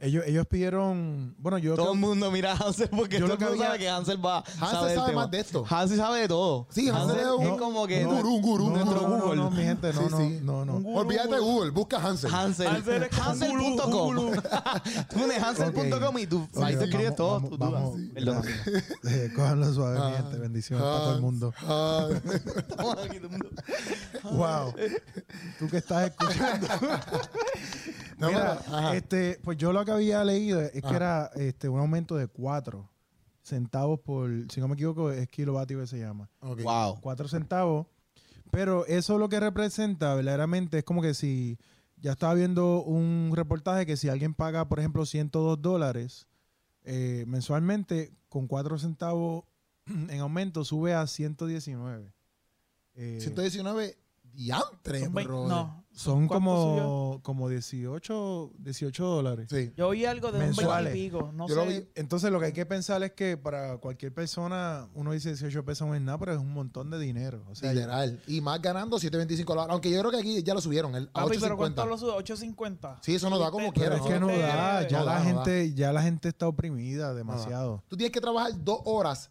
Ellos, ellos pidieron. Bueno, yo. Todo creo- el mundo mira a Hansel porque todo Yo lo el mundo que había- sabe que Hansel va sabe del tema. más de esto. Hansel sabe de todo. Sí, Hansel es un- como que un gurú, un gurú. No, dentro no, no, Google. No, mi gente, no, Sí, no, sí. no, no. Olvídate de Google, busca Hansel. Hansel. Hansel es como un gurú, Hansel.com. un tú pones Hansel.com y tú Ok, ahí te escribes vamos, todo. vamos, tú- tú- vamos. Perdón. Eh, (laughs) Cójanlo suave, mi gente. Bendiciones para todo el mundo. Ah, Estamos aquí todo el mundo. Wow. (laughs) Tú que estás escuchando. (laughs) No, Mira, pero, ajá. este, pues yo lo que había leído es que Ajá. era este, un aumento de 4 centavos por, si no me equivoco, es kilovatio que se llama. ok. Wow. 4 centavos. Pero eso lo que representa verdaderamente es como que si ya estaba viendo un reportaje que si alguien paga, por ejemplo, 102 dólares eh, mensualmente, con 4 centavos (clears throat) en aumento sube a 119. Eh, 119 diantres, Son vein- bro. No. son ¿Cuánto como, como 18, 18 dólares. Sí. Yo oí algo de un Mensuales. 20 y pico. No Yo lo vi- sé. Entonces lo que hay que pensar es que para cualquier persona uno dice 18 pesos no es nada, pero es un montón de dinero. O sea, Literal. Y más ganando 7.25 la hora. Aunque yo creo que aquí ya lo subieron. El, a Papi, 8.50. pero ¿cuánto lo sube? 8.50. Sí, eso no da como Subiste- quiera, pero es que no subiste- da, ya No la da, no gente, ya la gente está oprimida demasiado. Tú tienes que trabajar dos horas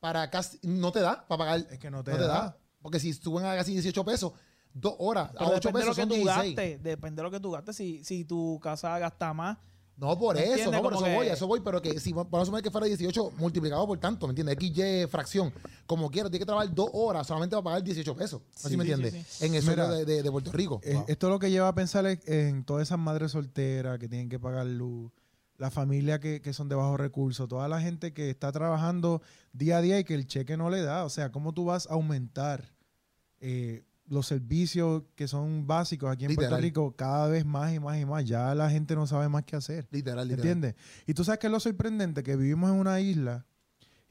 para casi. No te da para pagar. Es que no te, no te da. da. Porque si suben a casi 18 pesos, dos horas. Pero a 8 depende de pesos lo que son tú 16. gastes. Depende de lo que tú gastes. Si, si tu casa gasta más, No, por ¿Me eso, entiendes? no, por Como eso voy, que- a eso voy, pero que si va- vamos a sumar que fuera 18 multiplicado por tanto, ¿me entiendes? XY fracción, como quiera, tiene que trabajar dos horas solamente para pagar 18 pesos, ¿no? ¿Sí me Sí, sí, entiendes? En el Mira, sueldo de, de- de Puerto Rico. Eh, Esto lo que lleva a pensar es en todas esas madres solteras que tienen que pagar luz, la familia que, que son de bajos recursos, toda la gente que está trabajando día a día y que el cheque no le da. O sea, ¿cómo tú vas a aumentar eh, los servicios que son básicos aquí en Puerto Literal. Rico cada vez más y más y más? Ya la gente no sabe más qué hacer. literal, literal. ¿Entiendes? Y tú sabes que es lo sorprendente, que vivimos en una isla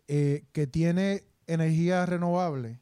eh, que tiene energía renovable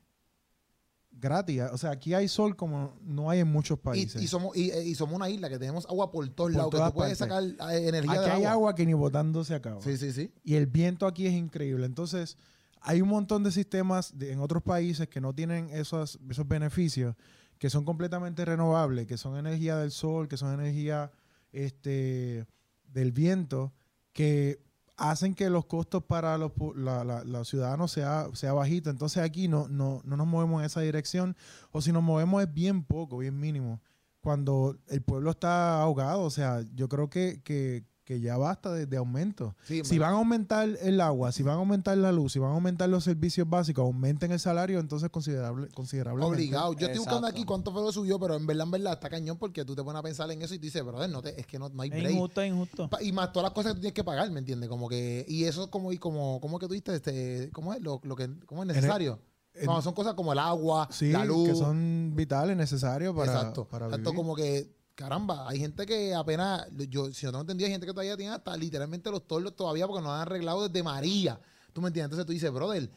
gratis. O sea, aquí hay sol como no hay en muchos Y, países. y somos, y, eh, y somos una isla que tenemos agua por todos Por lados, que todas tú puedes sacar partes. eh, energía aquí de hay agua. agua que ni botando se acaba. Sí, sí, sí. Y el viento aquí es increíble. Entonces, hay un montón de sistemas de- en otros países que no tienen esos, esos beneficios, que son completamente renovables, que son energía del sol, que son energía este, del viento, que hacen que los costos para los, pu- la- la- los ciudadanos sea, sea bajito. Entonces aquí no, no, no nos movemos en esa dirección, o si nos movemos es bien poco, bien mínimo. Cuando el pueblo está ahogado, o sea, yo creo que, que- que ya basta de, de aumento. Sí, en Si verdad. van a aumentar el agua, si van a aumentar la luz, si van a aumentar los servicios básicos, aumenten el salario, entonces considerable, considerable. Obligado. Yo estoy buscando Exacto. aquí cuánto fue lo subió, pero en verdad, en verdad, está cañón porque tú te pones a pensar en eso y tú dices, brother, no te, es que no, no hay Es break. injusto, es injusto. Pa- Y más todas las cosas que tú tienes que pagar, ¿me entiendes? Como que, y eso es como, y como, ¿cómo que tú diste? Este, ¿Cómo es? Lo, lo que, ¿Cómo es necesario? en- No, son cosas como el agua, Sí, la luz. que son vitales, necesarios para, exacto. para Tanto vivir. como que, caramba, hay gente que apenas, yo, si yo no entendía, hay gente que todavía tiene hasta literalmente los tordos todavía porque no han arreglado desde María. ¿Tú me entiendes? Entonces tú dices, brother,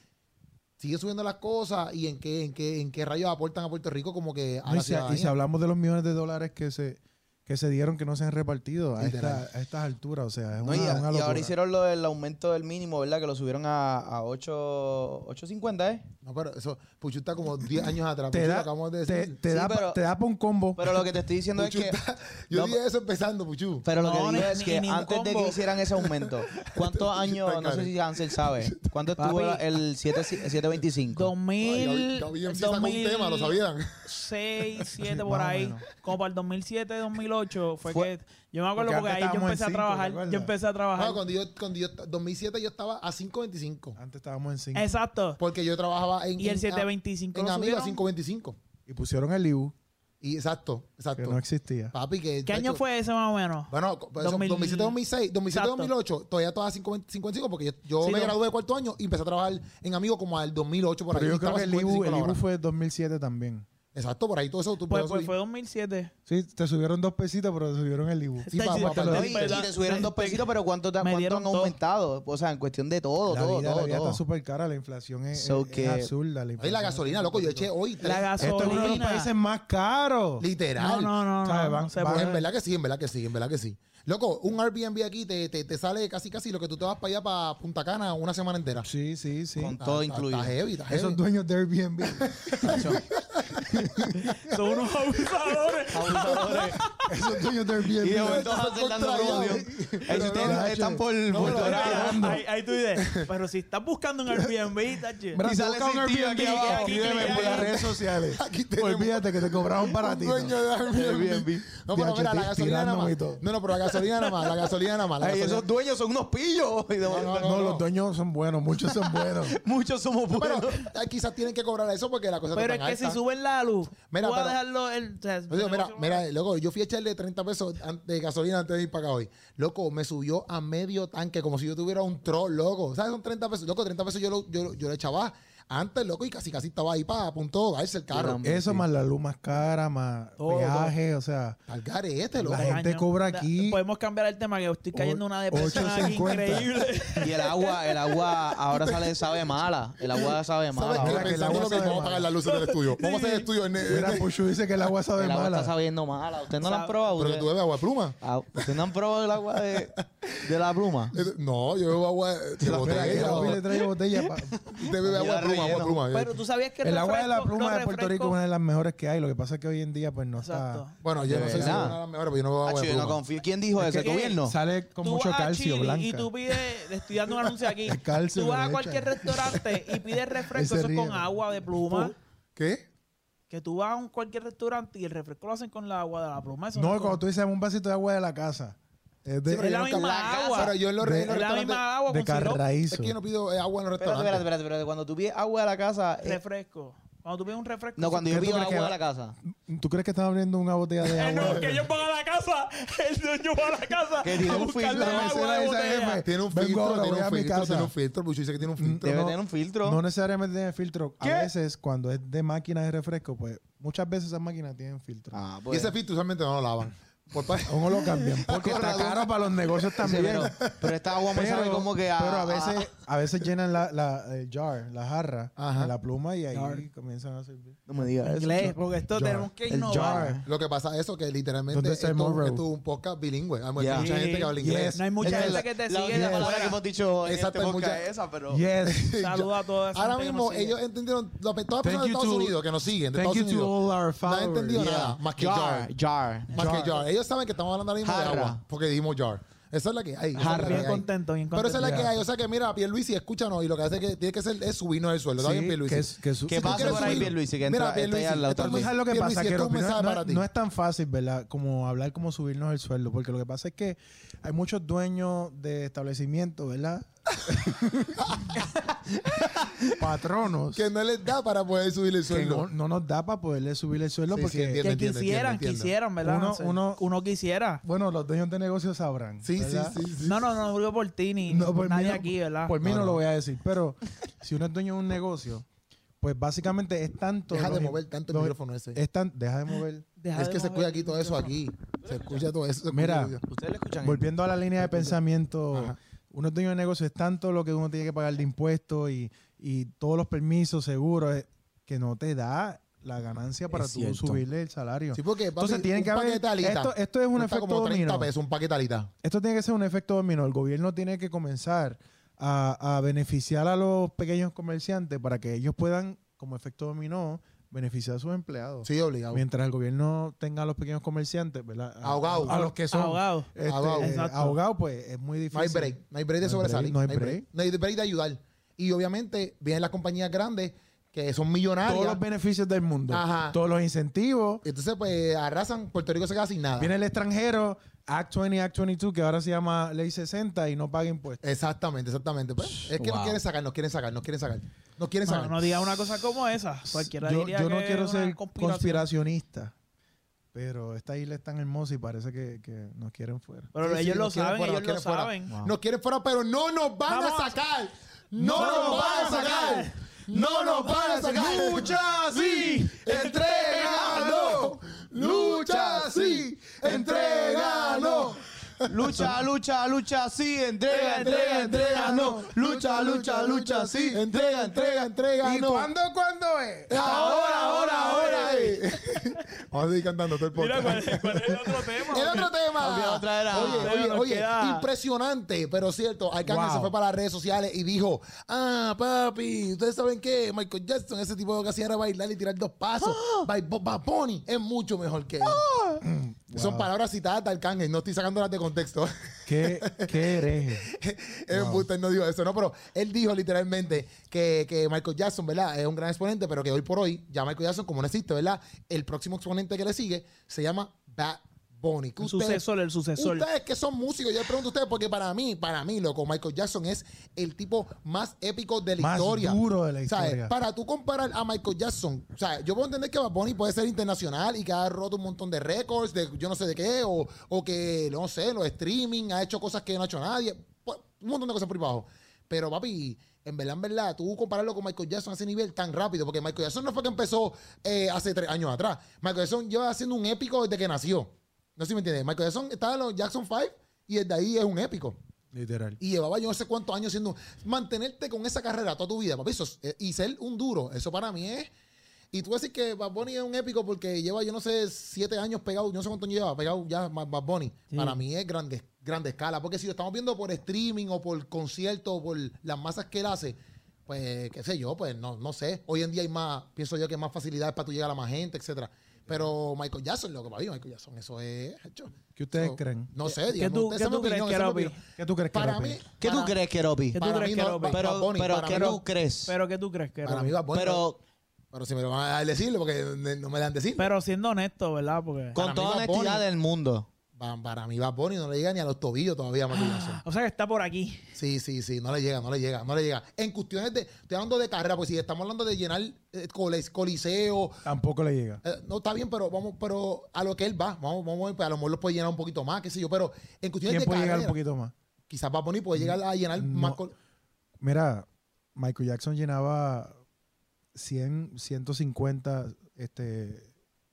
sigue subiendo las cosas y en qué, en qué, en qué rayos aportan a Puerto Rico como que a No, la y, si, y si ciudadanía. hablamos de los millones de dólares que se, que se dieron que no se han repartido a, Literal. esta- a estas alturas, o sea, es No, una, y, a- una y ahora locura. hicieron lo del aumento del mínimo, ¿verdad? Que lo subieron a, a 8, 8.50, ¿eh? No, pero eso, Puchu está como 10 años atrás. te Puchu, lo da, acabamos de te- decir. te Sí, da pa- pero- te da pa' un combo. Pero lo que te estoy diciendo es Puchu que... está- yo no, dije eso empezando, Puchu. Pero lo que No, digo ni- es ni- que ni un antes de que combo. hicieran ese aumento, ¿cuántos años, está no sé caro. si Hansel sabe, cuánto Papi. estuvo el 7, 725? 2000, Gaby MC sacó un tema, lo sabían. 2006, 7 Sí, por más o ahí, menos. como para el 2007, 2008 fue, Fue- que yo me acuerdo porque antes porque, ahí yo estábamos en empecé a cinco, trabajar, ¿recuerdas? yo empecé a trabajar. No, cuando yo, cuando yo, 2007 yo estaba a 5.25. Antes estábamos en 5 Exacto. Porque yo trabajaba en. Ah. Y el en- 725 En lo Amigo a subieron. 5.25. y pusieron el IBU, Y exacto, que exacto. no existía. Papi, que. ¿Qué año hecho, fue ese más o menos? Bueno, pues, 2000, 2007, 2006, 2007, exacto. 2008, todavía todas 55, porque yo, yo Sí, me no. gradué de cuarto año y empecé a trabajar en Amigo como al 2008 por ahí. Pero y yo creo estaba que el IBU, 55 el la IBU hora. fue 2007 también. Exacto, por ahí todo eso tú pues, puedes pues subir. fue 2007. Sí, te subieron dos pesitos, pero te subieron el IBU. Sí, pa- pa- pa- No, pa- y, y te subieron dos pesitos, pero ¿cuánto, te- Me cuánto dieron han todo. aumentado? O sea, en cuestión de todo, la todo, vida, todo. la vida todo. está súper cara, la inflación es, So es- es que- absurda. La, Ay, inflación la gasolina, loco, yo eché hoy. tres- La Esto es uno de los gasolina. países más caros. No, Literal. no, no, ¿Sabes? no, Van- no se van- puede. Pues En verdad que sí, en verdad que sí, en verdad que sí. Loco, un Airbnb aquí te, te, te sale casi casi lo que tú te vas para allá, para Punta Cana, una semana entera. Sí, sí, sí. Con todo Está- incluido. Está heavy, está heavy. Esos dueños de Airbnb. (laughs) Son unos abusadores. Abusadores. Esos dueños de Airbnb. y de (laughs) momento Hansel dando contrariados. promoción. Ahí si ustedes están por... por- Ahí ahí tú dices, pero si estás buscando un Airbnb, tache. Mira, Y tú sale buscas un ese tío aquí Airbnb abajo, que- escríbeme que- por las redes sociales. Aquí tenemos Olvídate que te cobraron para un ti. dueño de Airbnb. Airbnb. No, pero Diache, mira, la gasolina ti- nada tirando más. y todo. No, no, pero la gasolina nada más, la gasolina nada más. la (laughs) Ay, gasolina- esos dueños son unos pillos. Y de momento, No, No, no. los dueños son buenos, muchos son buenos. Muchos somos Pero buenos. eh, quizás tienen que cobrar eso porque la cosa Pero está es tan que si alta. suben la luz, Mira, tú vas a pero- dejarlo... el- o sea, Yo digo, mira, negocio- mira, loco, yo fui a echarle 30 pesos an- de gasolina antes de ir para acá hoy. Loco, me subió a medio tanque, como si yo tuviera un troll, loco. ¿Sabes? Son 30 pesos. Loco, 30 pesos yo lo, yo, yo le echaba antes, loco, y casi casi estaba ahí para a punto de darse el carro. Yo Eso más la luz más cara, más Todo, peaje, o sea. Al este, loco. La gente Caño. cobra Da- aquí. Podemos cambiar el tema que estoy cayendo O- una depresión aquí 8.50. (laughs) increíble. Y el agua, el agua ahora sale, sabe mala. El agua sabe ¿Sabes mala. qué? ahora ahora. que el Pensando agua lo que sabe vamos a mal. pagar la luz en el estudio. Vamos a hacer el estudio en, en- Mira, Puchu dice que el agua sabe El agua está mala. sabiendo mala. Ustedes no la han Sabe- probado. Pero que tú Ustedes bebes agua de pluma. Ah, ¿ustedes no han probado el agua de, de la pluma. Eh, No, yo bebo agua eh, de Mira, que botella. Raúl loco. le trae botella (laughs) pa- Usted bebe agua de pluma, agua de pluma. Pero tú sabías que el El agua de la refresco- pluma los de Puerto Rico es refrescos- una de las mejores que hay. Lo que pasa es que hoy en día, pues no está. Exacto. Bueno, yo De no sé si es verdad. una de las mejores, pero yo no bebo agua Acho, de yo no pluma. confío. ¿Quién dijo eso? ¿El que- gobierno? Sale con Tú mucho vas a calcio Chile blanca. Y tú pides, le estoy dando un anuncio (laughs) aquí. El calcio tú vas le a cualquier echan. restaurante (laughs) y pides refresco, Ese eso es con río. agua de pluma. ¿Qué? Que tú vas a un cualquier restaurante y el refresco lo hacen con la agua de la pluma. Eso No, es cuando con- tú dices un vasito de agua de la casa. Es Sí, de, pero Es yo la no misma escapa- agua. Pero yo en los, en De- los Es la restaurantes- misma agua de con sirope. carraízo. Es que yo no pido eh, agua en los Espérate, restaurantes. espérate, espérate, espérate. Cuando tú pides agua de la casa. es- refresco. Cuando tú pides un refresco. No, cuando yo ¿Qué tú pido crees que agua de va? la casa. ¿Tú crees que estás abriendo una botella (laughs) de Eh, agua? no, que yo ponga a la casa, (laughs) el dueño va a la casa Que tiene a un buscar filtro, la la agua de botella. Tiene un Vengo filtro, ahora, voy tiene a un mi filtro, casa. Mm, tiene un filtro. Bucho dice que tiene un filtro. Debe no. tener un filtro. No necesariamente tienen filtro. ¿Qué? A veces, cuando es de máquinas de refresco, pues muchas veces esas máquinas tienen filtro. Ah, Y pues. ese filtro usualmente no lo lavan. Mm. Por pa- Aún no lo cambian. Porque Con está razón. caro para los negocios Sí, también. pero, pero esta agua me sabe Pero, como que ah, a. pero a veces, a veces llenan la, la- el jar, la jarra, Ajá. de la pluma y ahí Jar. comienzan a servir. No me digas eso. Inglés, porque esto Jar. tenemos que El innovar. jar. Lo que pasa es eso, que literalmente ¿Dónde esto, está el Monroe? esto es un podcast bilingüe. Ah, Hay Yeah. mucha gente que habla inglés. No hay mucha Esa es gente la- que te La sigue única de palabra afuera. que hemos dicho en Exacto, este hay podcast mucha- es esa, pero. (laughs) Yes. Saluda a toda esa Ahora gente que mismo nos sigue. ellos entendieron, las personas de Thank you Estados to- Unidos que nos siguen, de Thank you Estados to Unidos, all our no han followers. entendido nada más que jar. Jar, jar. Más Jar. que jar. Ellos saben que estamos hablando ahora mismo de Jarra. agua, porque dijimos jar. Esa es la que hay. esa es la Jarra. que Bien hay. contento, bien Pero esa es contento. la que Ya. hay. O sea que mira, Pierluisi, escúchanos. Y lo que hace que tiene que hacer es subirnos del sueldo. Está bien, Sí, Pierluisi. que es- que su- Que tú pase quieres por ahí, subir- Pierluisi, Mira, que entra, está ahí Pierluisi, al lado esto otra es Tú muy vez. jar- sabes Pues lo que Pierluisi, pasa, que esto la es un opinión mensaje no, para ti. no es tan fácil, ¿verdad? Como hablar como subirnos el sueldo, porque lo que pasa es que hay muchos dueños de (laughs) establecimientos, ¿verdad? Patronos que que no les da para poder subir el no, sueldo. no nos da para poderle subir el sueldo Sí, sí, porque, entiendo. que quisieran, entiendo. quisieran, ¿verdad? Uno- No sé. uno- quisiera. bueno, los dueños de negocios sabrán. Sí, sí, ¿verdad? sí, sí. No, no, no, no digo por ti ni No, pues por por mí nadie no- aquí, ¿verdad? Por mí No, no, no. lo voy a decir, pero si uno es dueño de un negocio, pues básicamente es tanto... Deja de los- mover tanto el los- micrófono ese. Es tan, deja de mover. Deja es de que se mover escucha el aquí todo eso micrófono. aquí. Se escucha todo eso. se escucha Mira, todo eso. Ustedes lo escuchan. Volviendo a la línea de pensamiento, Ajá. uno es dueño de negocio, es tanto lo que uno tiene que pagar de impuestos y, y todos los permisos, seguros, eh, que no te da la ganancia para Es tú cierto. subirle el salario. Sí, porque papi, Entonces tiene un que haber. paquete de alita Esto, esto es un cuesta efecto como 30 dominó. pesos, un paquetalita. Esto tiene que ser un efecto dominó. El gobierno tiene que comenzar a, a beneficiar a los pequeños comerciantes para que ellos puedan, como efecto dominó, beneficiar a sus empleados. Sí, obligado. Mientras el gobierno tenga a los pequeños comerciantes, ¿verdad? A- Ahogados. A, los que son Ahogado. este, Ahogado. Exacto. ahogado, pues es muy difícil. No hay break. No hay break de No hay sobresalir. break, no hay No hay break de ayudar. Y obviamente vienen las compañías grandes que son millonarias. Todos los beneficios del mundo, Ah, Ajá. todos los incentivos. Entonces, pues arrasan. Puerto Rico se queda sin nada. Viene el extranjero, Act 20, Act 22, que ahora se llama Ley 60 y no paga impuestos. Exactamente, exactamente. Pues, es que nos wow. quieren sacar, nos quieren sacar, nos quieren sacar. Nos quieren Mano, sacar. no diga una cosa como esa. Yo, Cualquiera diría yo no que quiero es una ser conspiración. conspiracionista, pero esta isla es tan hermosa y parece que, que nos quieren fuera. Pero Sí, sí, ellos nos lo quieren saben, fuera, nos ellos lo quieren fuera. saben. Nos quieren fuera, pero no nos van Vamos a a- sacar. No, nos van a sacar. No nos van a sacar. Lucha así, (laughs) Entrégalo. Lucha así. Entrégalo. Lucha, lucha, lucha así, entrega, Entrega, entrega, no. Lucha, lucha, lucha, sí. Entrega, entrega, entrega, no. cuándo es? Ahora, ahora, ahora. eh. (laughs) Vamos a seguir cantando todo el Mira, podcast. ¿cuál, cuál es el otro tema? (laughs) El otro tema. Obvio, otra era- Oye, Pero oye, nos oye, queda- impresionante, pero cierto. Arcángel Wow. se fue para las redes sociales y dijo, ah, papi, ¿ustedes saben qué? Michael Jackson, ese tipo lo que hacía era bailar y tirar dos (gasps) pasos. By Bob Pony es mucho mejor que él. Son Mm, Wow. palabras citadas de Arcángel, no estoy sacándolas de contexto. ¿Qué, qué hereje? Es embuste, él no dijo eso, no, pero él dijo literalmente que, que Michael Jackson, ¿verdad? Es un gran exponente, pero que hoy por hoy, ya Michael Jackson, como no existe, ¿verdad? El próximo exponente que le sigue se llama Bad Bunny. ¿Qué El ustedes- sucesor, el sucesor. Ustedes que son músicos, yo les pregunto a ustedes, porque para mí, para mí, loco, Michael Jackson es el tipo más épico de (laughs) la Más historia. duro de la O sea, eh, historia. Para tú comparar a Michael Jackson, o sea, yo puedo entender que Bad Bunny puede ser internacional y que ha roto un montón de récords, de yo no sé de qué, o, o que, no sé, los streaming, ha hecho cosas que no ha hecho nadie, pues, un montón de cosas por ahí para abajo. Pero, papi, en verdad, en verdad, tú compararlo con Michael Jackson a ese nivel tan rápido, porque Michael Jackson no fue que empezó eh, hace tres años atrás. Michael Jackson lleva haciendo un épico desde que nació. No sé si me entiendes. Michael Jackson estaba en los Jackson 5 y desde ahí es un épico. Literal. Y llevaba yo no sé cuántos años siendo. Mantenerte con esa carrera toda tu vida, papi, eso es- eh, y ser un duro, eso para mí es. Y tú decís que Bad Bunny es un épico porque lleva, yo no sé, siete años pegado, yo no sé cuánto lleva pegado ya Ma- Bad Bunny. Para mí es grande, grande escala, porque si lo estamos viendo por streaming o por concierto o por las masas que él hace, pues qué sé yo, pues no, no sé. Hoy en día hay más, pienso yo que hay más facilidades para tú llegar a más gente, etcétera. Pero Michael Jackson, lo que para mí, Michael Jackson, eso es hecho. ¿Qué ustedes So, creen? No sé, ¿Qué digamos, tú, esa qué es mi tú crees opinión, que esa era es mi Obi? opinión. ¿Qué tú crees que Para era, mí, Pedro? ¿Qué tú para- crees, Keropi? ¿Qué tú para crees mí que no, era Obi? Bad- Pero, Bad Bunny, pero para ¿qué mí no. tú crees? Pero que tú crees que Para era mí Obi? Bad Bunny, Pero pero si me lo van a decirlo porque no me dan decirlo. Pero siendo honesto, ¿verdad? Porque con mí toda Bad Bunny- honestidad del mundo. pa- Para mí, Bad Bunny no le llega ni a los tobillos todavía, Matillazo. O sea que está por aquí. Sí, sí, sí, no le llega, no le llega, no le llega. En cuestiones de, estoy hablando de carrera, pues si estamos hablando de llenar eh, cole- coliseo, Tampoco le llega. eh, no está bien, pero vamos, pero a lo que él va, vamos, vamos, a ver, pues, a lo mejor lo puede llenar un poquito más, qué sé yo, pero en cuestiones ¿Quién de puede carrera, llegar un poquito más? quizás Bad Bunny puede llegar a llenar más. No. col- Mira, Michael Jackson llenaba 100, 150, este,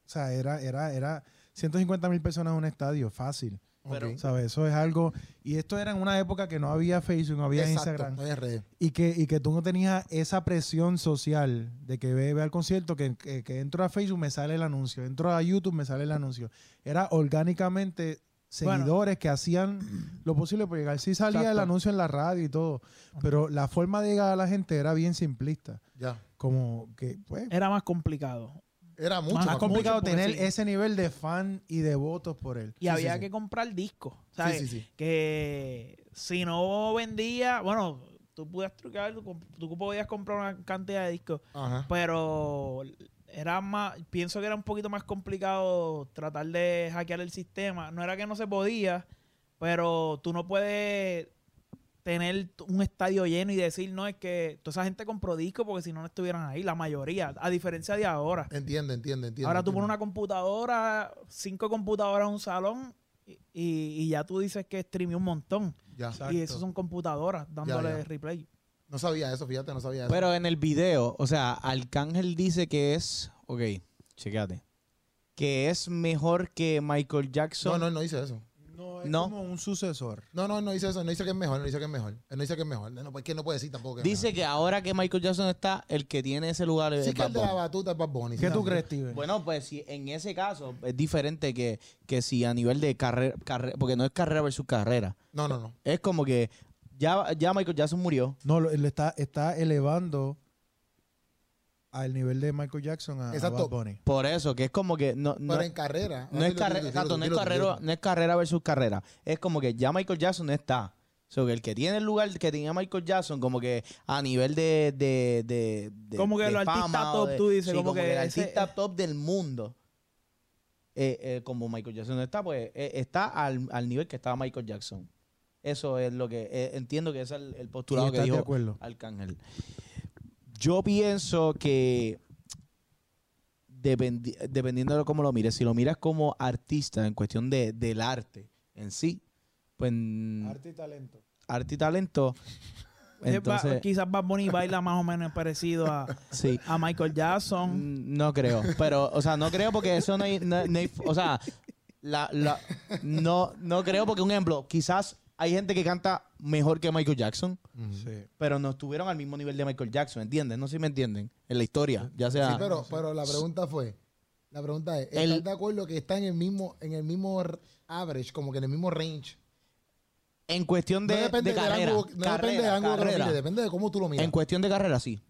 o sea, era, era, era 150 mil personas en un estadio, fácil. Pero- Ok. ¿Sabes? Eso es algo. Y esto era en una época que no había Facebook, no había Exacto, Instagram. no hay redes. Y que, y que tú no tenías esa presión social de que ve, ve al concierto, que, que, que entro a Facebook me sale el anuncio, entro a YouTube me sale el anuncio. Era orgánicamente Bueno. seguidores que hacían lo posible por llegar. Sí salía el Exacto. anuncio en la radio y todo, pero la forma de llegar a la gente era bien simplista. Ya. Como que, pues, Era más complicado. Era mucho. Más más más complicado mucho, porque tener sí. ese nivel de fan y de votos por él. Y había que comprar discos. Sí, ¿sabes? sí, sí. Que si no vendía, bueno, tú podías trucar algo, comp- tú podías comprar una cantidad de discos, Ajá. pero era más, pienso que era un poquito más complicado tratar de hackear el sistema. No era que no se podía, pero tú no puedes tener t- un estadio lleno y decir, no, es que toda esa gente compró discos porque si no, no estuvieran ahí, la mayoría, a diferencia de ahora. Entiende, entiende, entiende. Ahora tú entiende. pones una computadora, cinco computadoras en un salón y, y- y ya tú dices que streamé un montón. Ya. Y eso son computadoras dándole ya. replay. No sabía eso, fíjate, no sabía eso. Pero en el video, o sea, Arcángel dice que es. Ok, chequéate. Que es mejor que Michael no, Jackson. no, no hice eso. No, No. como un sucesor. No, no, no hice eso, no hice que es mejor, no dice que es mejor. Él no dice que es mejor. No, pues que él no puede decir tampoco. Que es Dice que ahora que Michael Jackson está, el que tiene ese lugar mejor. es Sí que Bad el de la Bunny. batuta es Bad Bunny. ¿Qué sí, tú sí. crees, Steven? Bueno, pues si en ese caso es diferente que, que si a nivel de carrera, porque no es carrera versus carrera. No, no, no. Es como que ya, ya Michael Jackson murió. No, lo, lo está, está elevando al nivel de Michael Jackson a, a Exacto. Bad Bunny. Por eso, que es como que no, no, Pero en carrera. no Dilo, es dilo, carrera, dilo, exacto, no es dilo, dilo, carrera, dilo. no es carrera versus carrera. Es como que ya Michael Jackson no está. O sea, que el que tiene el lugar que tenía Michael Jackson, como que a nivel de, de, de- de- Como que de los fama artistas o top, tú dices, sí, como que el ese- artista top del mundo. eh, eh, como Michael Jackson no está, pues eh, está al, al nivel que estaba Michael Jackson. Eso es lo que eh, entiendo que ese es el, el ¿Y postulado que estás de dijo acuerdo? Arcángel. Yo pienso que dependi- dependiendo de cómo lo mires, si lo miras como artista en cuestión de, del arte en sí, pues mm, y talento. arte y talento, Es ba- entonces quizás Bad Bunny baila más o menos parecido a, sí. a Michael Jackson. Mm, No creo, pero, o sea, no creo porque eso no hay, no- no hay- o sea, la- la- no, no creo porque, un ejemplo, quizás hay gente que canta mejor que Michael Jackson, Sí. pero no estuvieron al mismo nivel de Michael Jackson, ¿entiendes? No sé si me entienden, en la historia, ya sea... Sí, pero, pero la pregunta fue. La pregunta es, ¿estás El- de acuerdo que está en el mismo, en el mismo r- average, como que en el mismo range? En cuestión de, no depende de del carrera. ángulo, no carrera, depende del ángulo que lo carrera. mires, depende de cómo tú lo miras. En cuestión de carrera, sí.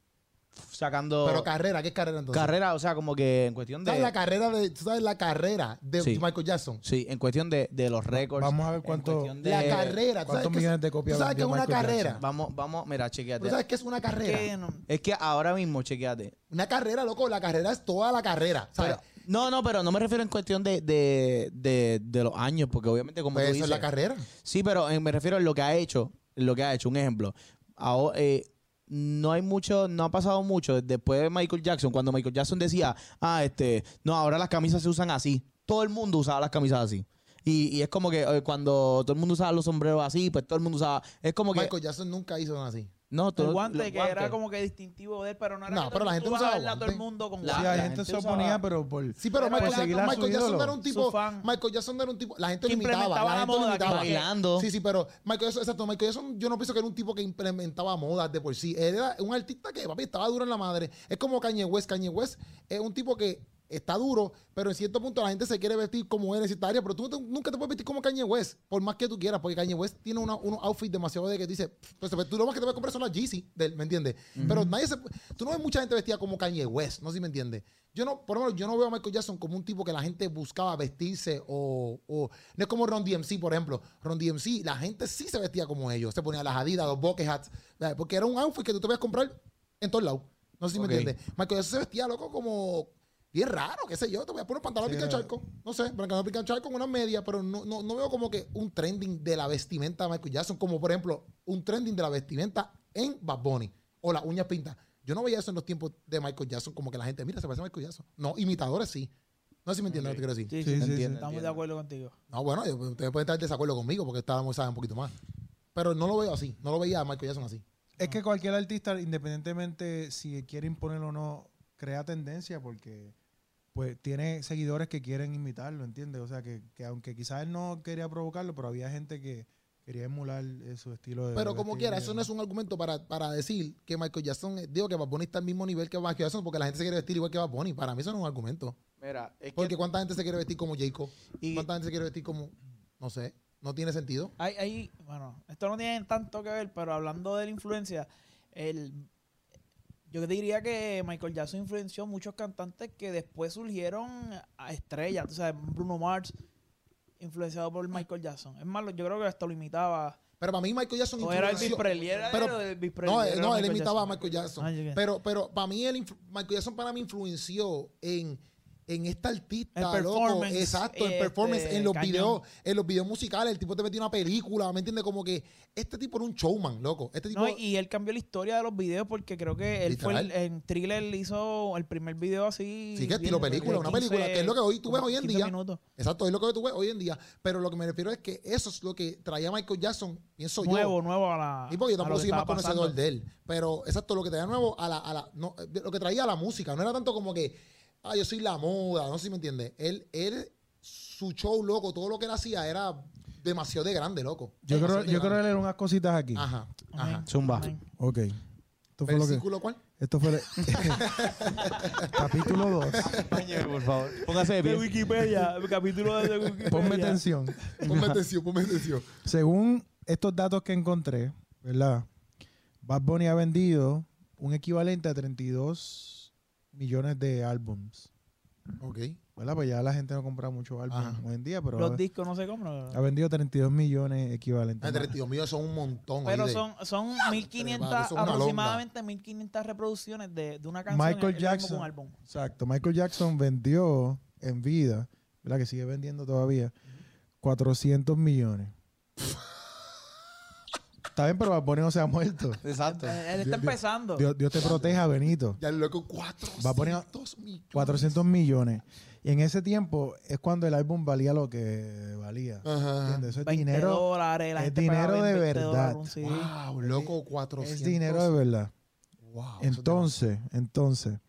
Sacando pero carrera, ¿qué es carrera entonces? carrera, o sea, como que en cuestión ¿Sabes la de. carrera de, tú sabes la carrera de Sí. Michael Jackson? Sí, en cuestión de, de los récords. Vamos a ver en cuánto- cuestión de- la carrera, ¿tú sabes ¿Cuántos que es- millones de copias ¿Tú sabes que es vendió una Michael carrera? Vamos, vamos, mira, ¿Tú chequeate. sabes qué es una carrera? Que no- Es que ahora mismo, chequeate. Una carrera, loco, la carrera es toda la carrera. ¿sabes? Pero- no, no, pero no me refiero en cuestión de, de, de, de los años, porque obviamente, como Pues tú eso dices. es la carrera. Sí, pero eh, me refiero a lo que ha hecho, lo que ha hecho, un ejemplo. Aho- eh, no hay mucho, no ha pasado mucho después de Michael Jackson, cuando Michael Jackson decía, ah, este, no, ahora las camisas se usan así. Todo el mundo usaba las camisas así. Y, y es como que eh, cuando todo el mundo usaba los sombreros así, pues todo el mundo usaba. Es como que. Michael Jackson nunca hizo nada así. no, todo el guante los que era guantes. como que distintivo de él, pero no era No, que pero la tú gente vas usaba a verla a todo el guantes. mundo La- con Sí, guantes. la, la gente gente se usaba- oponía, pero por. Sí, pero Pero Michael, seguir Jackson, a pues, su Michael Jackson ídolo. era un Su tipo. fan. Michael Jackson era un tipo. La gente Que lo imitaba. implementaba La la gente lo moda, imitaba. que- Bailando. Sí, sí, pero Michael Jackson, exacto. Michael Jackson, yo no pienso que era un tipo que implementaba modas de por sí. Él era un artista que, papi, estaba duro en la madre. Es como Kanye West. Kanye West es un tipo que está duro, pero en cierto punto la gente se quiere vestir como él en cierta área, pero tú no te- nunca te puedes vestir como Kanye West, por más que tú quieras, porque Kanye West tiene una- unos outfits demasiado de que dice, pues tú lo más que te puedes comprar son las Yeezy, de él, ¿me entiendes? Pero nadie se, tú no ves mucha gente vestida como Kanye West, no sé si me entiendes. Yo no, por lo menos, yo no veo a Michael Jackson como un tipo que la gente buscaba vestirse o, o- no es como Ron DMC, por ejemplo. Ron DMC, la gente sí se vestía como ellos, se ponía las adidas, los bucket hats, ¿sabes? porque era un outfit que tú te podías comprar en todos lados. No sé si Ok. me entiendes. Michael Jackson se vestía loco como bien raro, qué sé yo. Te voy a poner pantalones Sí, pica era- charco. No sé, pantalones pica charco con una media, pero no, no, no veo como que un trending de la vestimenta de Michael Jackson, como por ejemplo un trending de la vestimenta en Bad Bunny o las uñas pintas. Yo no veía eso en los tiempos de Michael Jackson, como que la gente, mira, se parece a Michael Jackson. No, imitadores sí. No sé si me entienden lo que te quiero decir. Sí, sí, Sí, sí, sí. entiendo. Estamos de acuerdo contigo. No, bueno, yo- ustedes pueden estar en desacuerdo conmigo porque estábamos, saben, un poquito más. Pero no lo veo así, no lo veía a Michael Jackson así. Es que cualquier artista, independientemente si quiere imponerlo o no, crea tendencia porque pues tiene seguidores que quieren imitarlo, ¿entiendes? O sea, que, que aunque quizás él no quería provocarlo, pero había gente que quería emular eh, su estilo de Pero como vestir quiera, y eso no demás. es un argumento para, para decir que Michael Jackson, eh, digo que Bad Bunny está al mismo nivel que Michael Jackson porque la gente se quiere vestir igual que Bad Bunny. Para mí eso no es un argumento. Mira, es Porque cuánta gente se quiere vestir como Jacob, Y- cuánta gente se quiere vestir como, no sé, no tiene sentido. Hay, hay, bueno, esto no tiene tanto que ver, pero hablando de la influencia, el, yo diría que Michael Jackson influenció muchos cantantes que después surgieron a estrellas. Tú sabes, Bruno Mars, influenciado por Michael Jackson. Es más, lo- yo creo que hasta lo imitaba. Pero para mí Michael Jackson O era Elvis influenció- Presley, era pero- él o Elvis Presley. No, era eh, no, él Michael imitaba a Jackson. Michael Jackson. Ah, ya. Pero, pero para mí, el influ- Michael Jackson para mí influenció en, en esta artista, El loco. performance, Exacto, el este, performance en los cañón. videos, en los videos musicales. El tipo te metió una película, ¿me entiendes? Como que este tipo era un showman, loco. Este tipo. No, y él cambió la historia de los videos porque creo que él fue el, en Thriller hizo el primer video así. Sí, que estilo bien, película, de una película, que es lo que hoy tú ves hoy en 15 día. minutos. exacto, es lo que tú ves hoy en día. Pero lo que me refiero es que eso es lo que traía Michael Jackson, pienso yo. Nuevo, nuevo a la. Y porque yo a tampoco lo que soy el más estaba pasando. conocedor de él. Pero exacto, lo que traía nuevo a la, a la- no, eh, lo que traía a la música. No era tanto como que, ah, yo soy la moda, no sé si me entiendes. Él, él, su show, loco, todo lo que él hacía era demasiado de grande, loco. Yo creo, Demasiado de yo creo grande. leer unas cositas aquí. Ajá, Amén, ajá. Zumba. amén. Ok. Esto fue lo que... ¿Versículo (laughs) cuál? Esto fue... (laughs) (laughs) Capítulo 2. Compañero, por favor. (laughs) Póngase de De pie. Wikipedia, el capítulo (laughs) de Wikipedia. Ponme atención. Ponme atención, ponme atención. Según estos datos que encontré, ¿verdad? Bad Bunny ha vendido un equivalente a 32 millones de álbums. Ok. ¿Verdad? Pues ya la gente no compra muchos álbumes Ajá. hoy en día, pero Los ha- discos no se compran. ha vendido 32 millones equivalentes. Ah, 32 millones son un montón. Pero oíste. son, son 1500, madre, eso es una aproximadamente 1500 reproducciones de, de una canción. Michael es lo mismo que Jackson. Un álbum. Exacto. Michael Jackson vendió en vida, ¿verdad? Que sigue vendiendo todavía, 400 millones. Está bien, pero Bad Bunny no se ha muerto. Exacto. Eh, Él Dios- está empezando. Dios, Dios te proteja, Benito. Ya loco, Va a poner 400 millones. 400 millones. Y en ese tiempo es cuando el álbum valía lo que valía. Ajá. ¿Entiendes? Eso es 20 dinero, dólares, la es gente pagaba dinero de 20 dólares verdad. un CD. Wow, loco, 400. es dinero de verdad. Wow, Ah, eso es Entonces, entonces,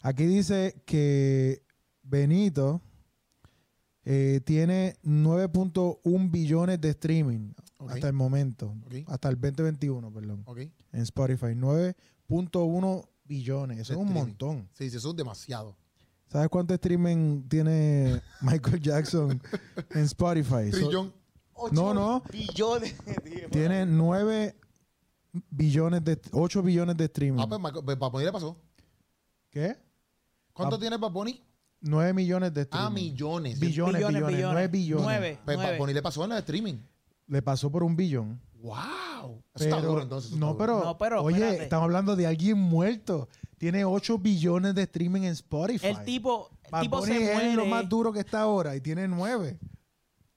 aquí dice que Benito eh, tiene 9.1 billones de streaming Ok. hasta el momento, Ok. hasta el 2021, perdón, demasiado. Ok. en Spotify. 9.1 billones, eso De es un streaming. montón. Sí, sí, eso es demasiado. ¿Sabes cuánto streaming tiene (laughs) Michael Jackson en Spotify? So- Trillón. no, no, (laughs) Billones. tiene 9 billones de 8 billones de streaming. Ah, pues, Michael- pues, Bad Bunny le pasó. ¿Qué? ¿Cuánto Ah. tiene Bad Bunny? 9 millones de streaming. Ah, millones. Billones, billones, nueve billones. Nueve, Pues Bad nueve. Bunny le pasó en el streaming. Le pasó por un billón. ¡Wow! Eso Pero, está duro entonces. eso no, está duro. pero, No, pero, oye, espérate. estamos hablando de alguien muerto. Tiene 8 billones de streaming en Spotify. El tipo, el Bad tipo Bunny se es muere. lo más duro que está ahora y tiene 9.